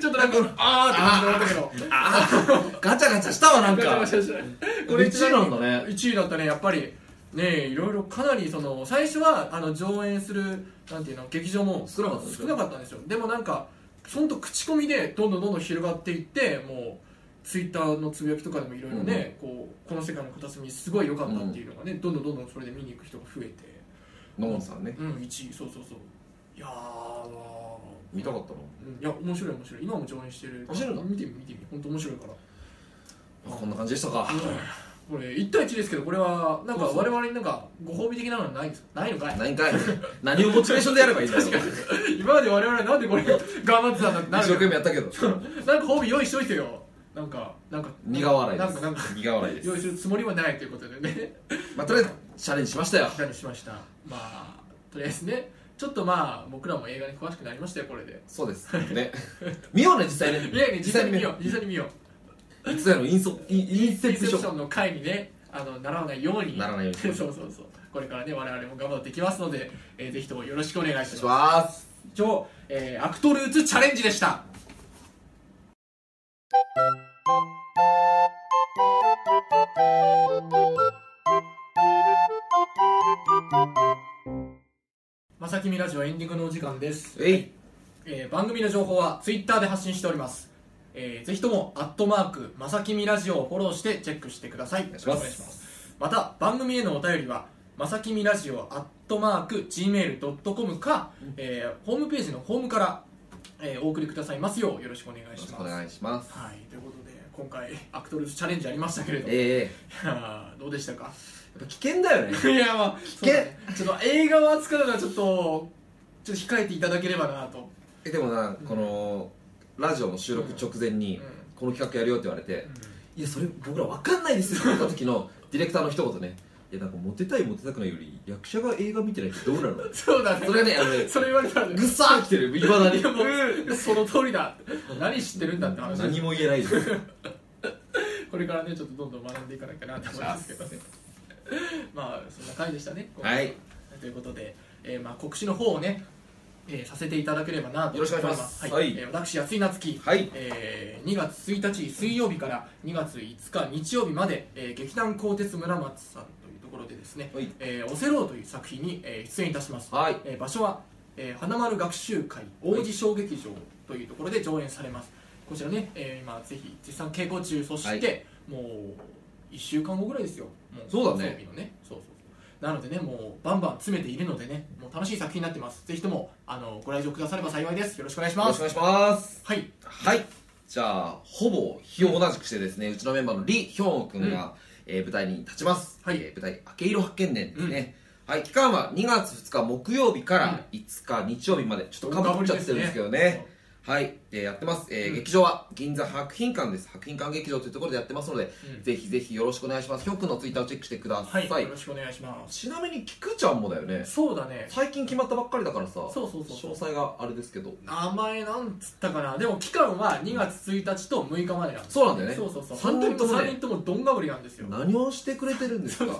Speaker 1: ちょっとなんかあーって感じだったけど
Speaker 2: ああガチャガチャしたわなん
Speaker 1: ガチャガ
Speaker 2: か
Speaker 1: チャしてないこれ
Speaker 2: 1位なんだね
Speaker 1: 1位だったねやっぱりねいろいろかなりその最初はあの上演するなんていうの劇場も
Speaker 2: 少なかったんです
Speaker 1: 少
Speaker 2: よ
Speaker 1: なかったんですよでもなんかそんと口コミでどんどんどんどん広がっていってもうツイッターのつぶやきとかでもいろいろね、こうこの世界の片隅すごい良かったっていうのがね、どんどんどんどんそれで見に行く人が増えて
Speaker 2: 野本さんね
Speaker 1: うん1位そうそうそういやーまあ
Speaker 2: 見たかったの
Speaker 1: うんいや面白い面白い今も上演してる
Speaker 2: 面白いの
Speaker 1: 見てみ見てみ本当面白いから
Speaker 2: まあこんな感じでしたか
Speaker 1: これ1対1ですけどこれはなんか
Speaker 2: そうそう
Speaker 1: 我々になんかご褒美的なのはないんですかないのかい [LAUGHS]
Speaker 2: 何かい何をモチベーションでやればいいんだよ
Speaker 1: 今まで我々なんでこれ頑張ってたんだってな
Speaker 2: 一
Speaker 1: る
Speaker 2: 生懸命やったけど
Speaker 1: なんか褒美用意しといてよなんかなんか
Speaker 2: 苦笑いで
Speaker 1: なんかなんか
Speaker 2: す苦笑いです
Speaker 1: 用意するつもりはないということでね
Speaker 2: まあとりあえずチャレンジしましたよ
Speaker 1: 何しましたまあとりあえずねちょっとまあ僕らも映画に詳しくなりましたよこれで
Speaker 2: そうです
Speaker 1: [LAUGHS]
Speaker 2: ね見ようね実際ね
Speaker 1: いやいや実際に見よう実際に見よう
Speaker 2: いつだのインソインインセ
Speaker 1: イン
Speaker 2: プ
Speaker 1: セ
Speaker 2: シ
Speaker 1: プシ
Speaker 2: ョ
Speaker 1: ョンの回にねあの習わないように
Speaker 2: ンならないよう
Speaker 1: [LAUGHS]
Speaker 2: に
Speaker 1: そうそうそうこれからね我々も頑張っていきますので、えーぜひともよろしくお願いしま
Speaker 2: お願い
Speaker 1: す
Speaker 2: します
Speaker 1: 以上、えーアクトルーツチャレンジでしたまさきみラジオエンディングのお時間です、
Speaker 2: えい
Speaker 1: えー番組の情報はツイッターで発信しております、えーぜひとも「アットマークまさきみラジオ」をフォローしてチェックしてくださいよろ
Speaker 2: 願い
Speaker 1: し
Speaker 2: し
Speaker 1: くお
Speaker 2: ます
Speaker 1: 願いしますまた番組へのお便りはまさきみラジオアットマーク Gmail.com か、えーホームページのホームから、えーお送りくださいますようよろしくお願
Speaker 2: よ
Speaker 1: い
Speaker 2: ろ
Speaker 1: し
Speaker 2: しく
Speaker 1: ま
Speaker 2: お
Speaker 1: す
Speaker 2: 願いします
Speaker 1: はいということで今回アクトルズチャレンジありましたけれ [LAUGHS] ども、い
Speaker 2: ええ
Speaker 1: やーどうでしたか [LAUGHS]
Speaker 2: やっぱ危険だよね
Speaker 1: いやまあそう
Speaker 2: け
Speaker 1: だねちょっと映画を扱うのはちょっとちょっと控えていただければなと、
Speaker 2: えでもなこのラジオの収録直前
Speaker 1: う
Speaker 2: に
Speaker 1: ん
Speaker 2: この企画やるよって言われて
Speaker 1: う
Speaker 2: いやそれ僕ら分かんないですって言った時のディレクターの一言ねいやなんかモテたいモテたくないより役者が映画見てないってどうなの
Speaker 1: そうだね
Speaker 2: それねあのね
Speaker 1: それ言われたらね
Speaker 2: ぐっさー来てるいまだに
Speaker 1: いやもうその通りだ何知ってるんだって話
Speaker 2: 何も言えないです
Speaker 1: これからねちょっとどんどん学んでいかなきゃなと思いますけどねまあそんな回でしたね今回
Speaker 2: はい
Speaker 1: ということで、えーまあ、告知の方をね、えーさせていただければなと
Speaker 2: よろしくお願いします
Speaker 1: はい
Speaker 2: はい
Speaker 1: えー私安井夏樹、
Speaker 2: はい
Speaker 1: えー2月1日水曜日から2月5日日曜日まで、えー劇団鋼鉄村松さんというところでですね
Speaker 2: はい
Speaker 1: 「えーオセロー」という作品に、えー出演いたします、
Speaker 2: はい
Speaker 1: えー場所は、えー花丸学習会
Speaker 2: はい
Speaker 1: 王子小劇場というところで上演されますこちらね、えー今ぜひ絶賛稽古中そして、もう1週間後ぐらいですよも
Speaker 2: そうだ
Speaker 1: 放
Speaker 2: ね
Speaker 1: 送日のねそうそうそうなのでねもうバンバン詰めているのでねもう楽しい作品になってますぜひともあのご来場くだされば幸いですよろしくお願いし
Speaker 2: よろ
Speaker 1: ま
Speaker 2: しくお
Speaker 1: す
Speaker 2: 願いします
Speaker 1: はい
Speaker 2: はいじゃあほぼ日を同じくしてですねうちのメンバーの李ヒョンウ君が、えー舞台に立ちます、
Speaker 1: はい
Speaker 2: えー舞台「明け色発見伝」ですね、はい、期間は2月2日木曜日から5日日曜日までちょっとかぶっちゃってるんですけどねはい、えーやってます、えー
Speaker 1: うん
Speaker 2: 劇場は銀座博品館です博品館劇場というところでやってますので、
Speaker 1: うん
Speaker 2: ぜひぜひよろしくお願いしますヒョン君のツイッターをチェックしてくださ、
Speaker 1: はいい、よろしくお願いします
Speaker 2: ちなみに菊ちゃんもだよね
Speaker 1: そうだね
Speaker 2: 最近決まったばっかりだからさ
Speaker 1: そうそうそうそう
Speaker 2: 詳細があれですけど
Speaker 1: 名前なんつったかなでも期間は2月1日と6日までなんです
Speaker 2: そうなんだよね
Speaker 1: そうそうそう
Speaker 2: 三人ともね
Speaker 1: 3人ともどんがぶりなんですよ
Speaker 2: 何をしてくれてるんです
Speaker 1: [LAUGHS]
Speaker 2: かな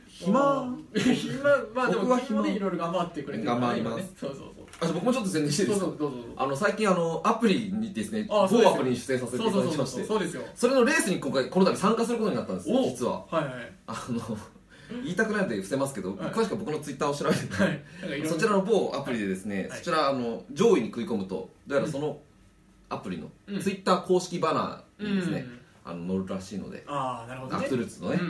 Speaker 1: あ
Speaker 2: 暇
Speaker 1: ー暇 [LAUGHS] まあでも
Speaker 2: 僕は
Speaker 1: 暇
Speaker 2: 暇
Speaker 1: でいろいろ頑張ってくれてるから
Speaker 2: 頑張ります
Speaker 1: 今ねそうそうそ
Speaker 2: あ僕もちょっと宣伝していいうで
Speaker 1: そうそ
Speaker 2: すか
Speaker 1: うどうぞどうぞ
Speaker 2: あの最近あのアプリにですね
Speaker 1: あ
Speaker 2: 某
Speaker 1: そうですよ
Speaker 2: アプリに出演させていただきまして
Speaker 1: そうですよ
Speaker 2: それのレースに今回この度参加することになったんです
Speaker 1: お
Speaker 2: 実は
Speaker 1: はいはい
Speaker 2: あの言いたくないので伏せますけ
Speaker 1: は
Speaker 2: ど、
Speaker 1: い
Speaker 2: 詳しくは僕のツイッターを調べて、
Speaker 1: はいなんかいろいろ
Speaker 2: そちらの某アプリでですね、
Speaker 1: はい
Speaker 2: そちらあの上位に食い込むとどうやらそのアプリの
Speaker 1: うん
Speaker 2: ツイッター公式バナーにですね、
Speaker 1: うん
Speaker 2: あの載るらしいので、
Speaker 1: ああなるほど
Speaker 2: ア
Speaker 1: ね
Speaker 2: クトゥルーツのね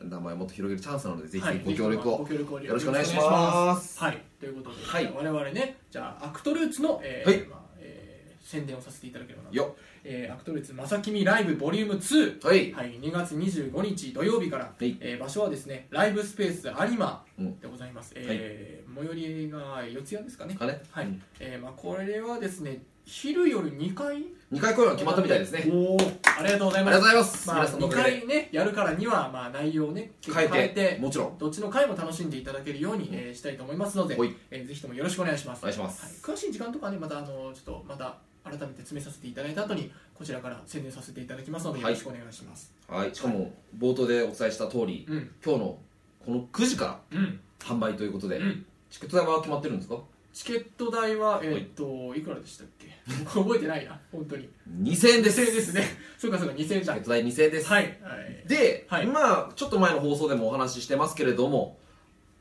Speaker 1: う、ん
Speaker 2: 名前をもっと広げるチャンスなのでぜ
Speaker 1: は
Speaker 2: ひ
Speaker 1: い
Speaker 2: ご協力を、
Speaker 1: ご協力を
Speaker 2: よろしくお願いし
Speaker 1: よろくお願いし
Speaker 2: ま
Speaker 1: ますはいということで、
Speaker 2: はい
Speaker 1: 我々ねじゃあアクトルーツの、えー
Speaker 2: はい
Speaker 1: まあえー宣伝をさせていただければなと
Speaker 2: よ
Speaker 1: えーアクトルーツまさきみライブボリューム2
Speaker 2: はい
Speaker 1: はい、2月25日土曜日から、
Speaker 2: い
Speaker 1: えー場所はですねライブスペース有馬
Speaker 2: うん
Speaker 1: でございます、えー最寄りが四谷ですかね
Speaker 2: かね、
Speaker 1: はい、
Speaker 2: うん
Speaker 1: えーまあ、これはですね昼夜2回
Speaker 2: 二回公演は決まったみたいですね
Speaker 1: おおありがとうござ
Speaker 2: あ
Speaker 1: い
Speaker 2: り
Speaker 1: ます
Speaker 2: がとうございます、
Speaker 1: まあ、
Speaker 2: 皆さんのお
Speaker 1: 2
Speaker 2: かげで
Speaker 1: 回ねやるからには、まあ、内容をね
Speaker 2: 変えてもちろん
Speaker 1: どっちの回も楽しんでいただけるように、えーしたいと思いますので
Speaker 2: ほい、
Speaker 1: えーぜひともよろしくお願いします
Speaker 2: お願いします
Speaker 1: はい、詳しい時間とかねまたあのちょっとまた改めて詰めさせていただいた後にこちらから宣伝させていただきますので、
Speaker 2: はい
Speaker 1: よろしくお願いします
Speaker 2: はいしかも冒頭でお伝えした通り、
Speaker 1: うん
Speaker 2: 今日のこの9時から
Speaker 1: うん
Speaker 2: 販売ということで、
Speaker 1: うん
Speaker 2: チケット代は決まってるんですか
Speaker 1: チケット代はえーっと、い、くらでしたっけ [LAUGHS] 僕覚えてないな本当に
Speaker 2: 2000円です
Speaker 1: 2000円ですねそうかそうか2000円じ
Speaker 2: チ
Speaker 1: ゃ
Speaker 2: ケ
Speaker 1: ん
Speaker 2: ット代2000円です、
Speaker 1: はい、はい、
Speaker 2: で、
Speaker 1: はい
Speaker 2: まあちょっと前の放送でもお話ししてますけれども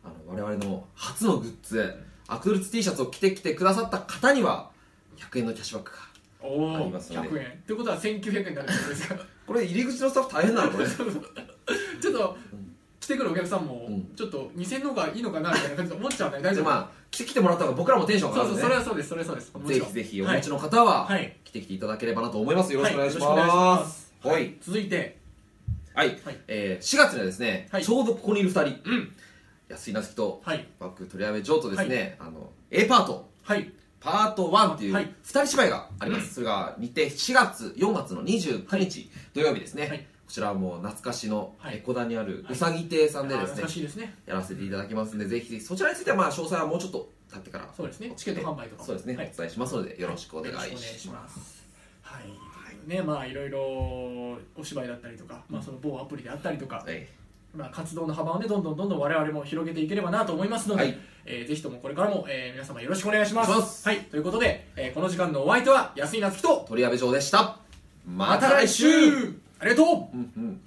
Speaker 2: あの我々の初のグッズアクルツ T シャツを着てきてくださった方には100円のキャッシュバックが
Speaker 1: お
Speaker 2: あり
Speaker 1: お
Speaker 2: ますので
Speaker 1: 100円ってことは1900円になるってことですか [LAUGHS]
Speaker 2: これ入り口のスタッフ大変なのこ [LAUGHS] れ
Speaker 1: ちょっと来てくるお客さんも
Speaker 2: うん
Speaker 1: ちょっと2000の方がいいのかなみたいな感じで思っちゃうね大
Speaker 2: で
Speaker 1: 丈夫
Speaker 2: まあ着てきてもらった方が僕らもテンション上
Speaker 1: そ
Speaker 2: が
Speaker 1: う
Speaker 2: る
Speaker 1: そう
Speaker 2: んで、
Speaker 1: そ
Speaker 2: ね
Speaker 1: れはそうですそれはそうですもち
Speaker 2: ぜ
Speaker 1: ろん
Speaker 2: ひぜひお
Speaker 1: はい
Speaker 2: 持ちの方は、
Speaker 1: はい
Speaker 2: 着てきていただければなと思いますよろしくお願いします、
Speaker 1: は
Speaker 2: はい
Speaker 1: よろしくお願いします
Speaker 2: い、はい
Speaker 1: 続いてはい
Speaker 2: えー4月にはですね、
Speaker 1: はい
Speaker 2: ちょうどここにいる2人
Speaker 1: うん
Speaker 2: 安井なつきと
Speaker 1: はい
Speaker 2: バック取り上げ譲渡ですね、あの A パート
Speaker 1: はい
Speaker 2: パート1っていう
Speaker 1: はい
Speaker 2: 2人芝居があります、それが日程4月4月の29日土曜日ですね、
Speaker 1: はい
Speaker 2: こちらはもう懐かしの
Speaker 1: はい
Speaker 2: 江古田にあるうさぎ亭さんで
Speaker 1: あー
Speaker 2: ですね、
Speaker 1: 懐かしいですね
Speaker 2: やらせていただきますんでぜひぜひそちらについてはまあ詳細はもうちょっと経ってから
Speaker 1: そうですねチケット販売とか
Speaker 2: そうですね、
Speaker 1: はい
Speaker 2: お伝えしますのでよろしくお願い
Speaker 1: よろくお願い
Speaker 2: し
Speaker 1: し
Speaker 2: ま
Speaker 1: ますすはいねまあいろいろお芝居だったりとかまあその某アプリであったりとか
Speaker 2: はい
Speaker 1: まあ活動の幅をねどんどんどんどん我々も広げていければなと思いますので、
Speaker 2: はい
Speaker 1: えーぜひともこれからも、えー皆様よろしくお願いします
Speaker 2: お願いします
Speaker 1: はいということで、えーこの時間のお相手は安井夏樹と
Speaker 2: 鳥矢部城でしたま
Speaker 1: また来週ありがとう
Speaker 2: うんうん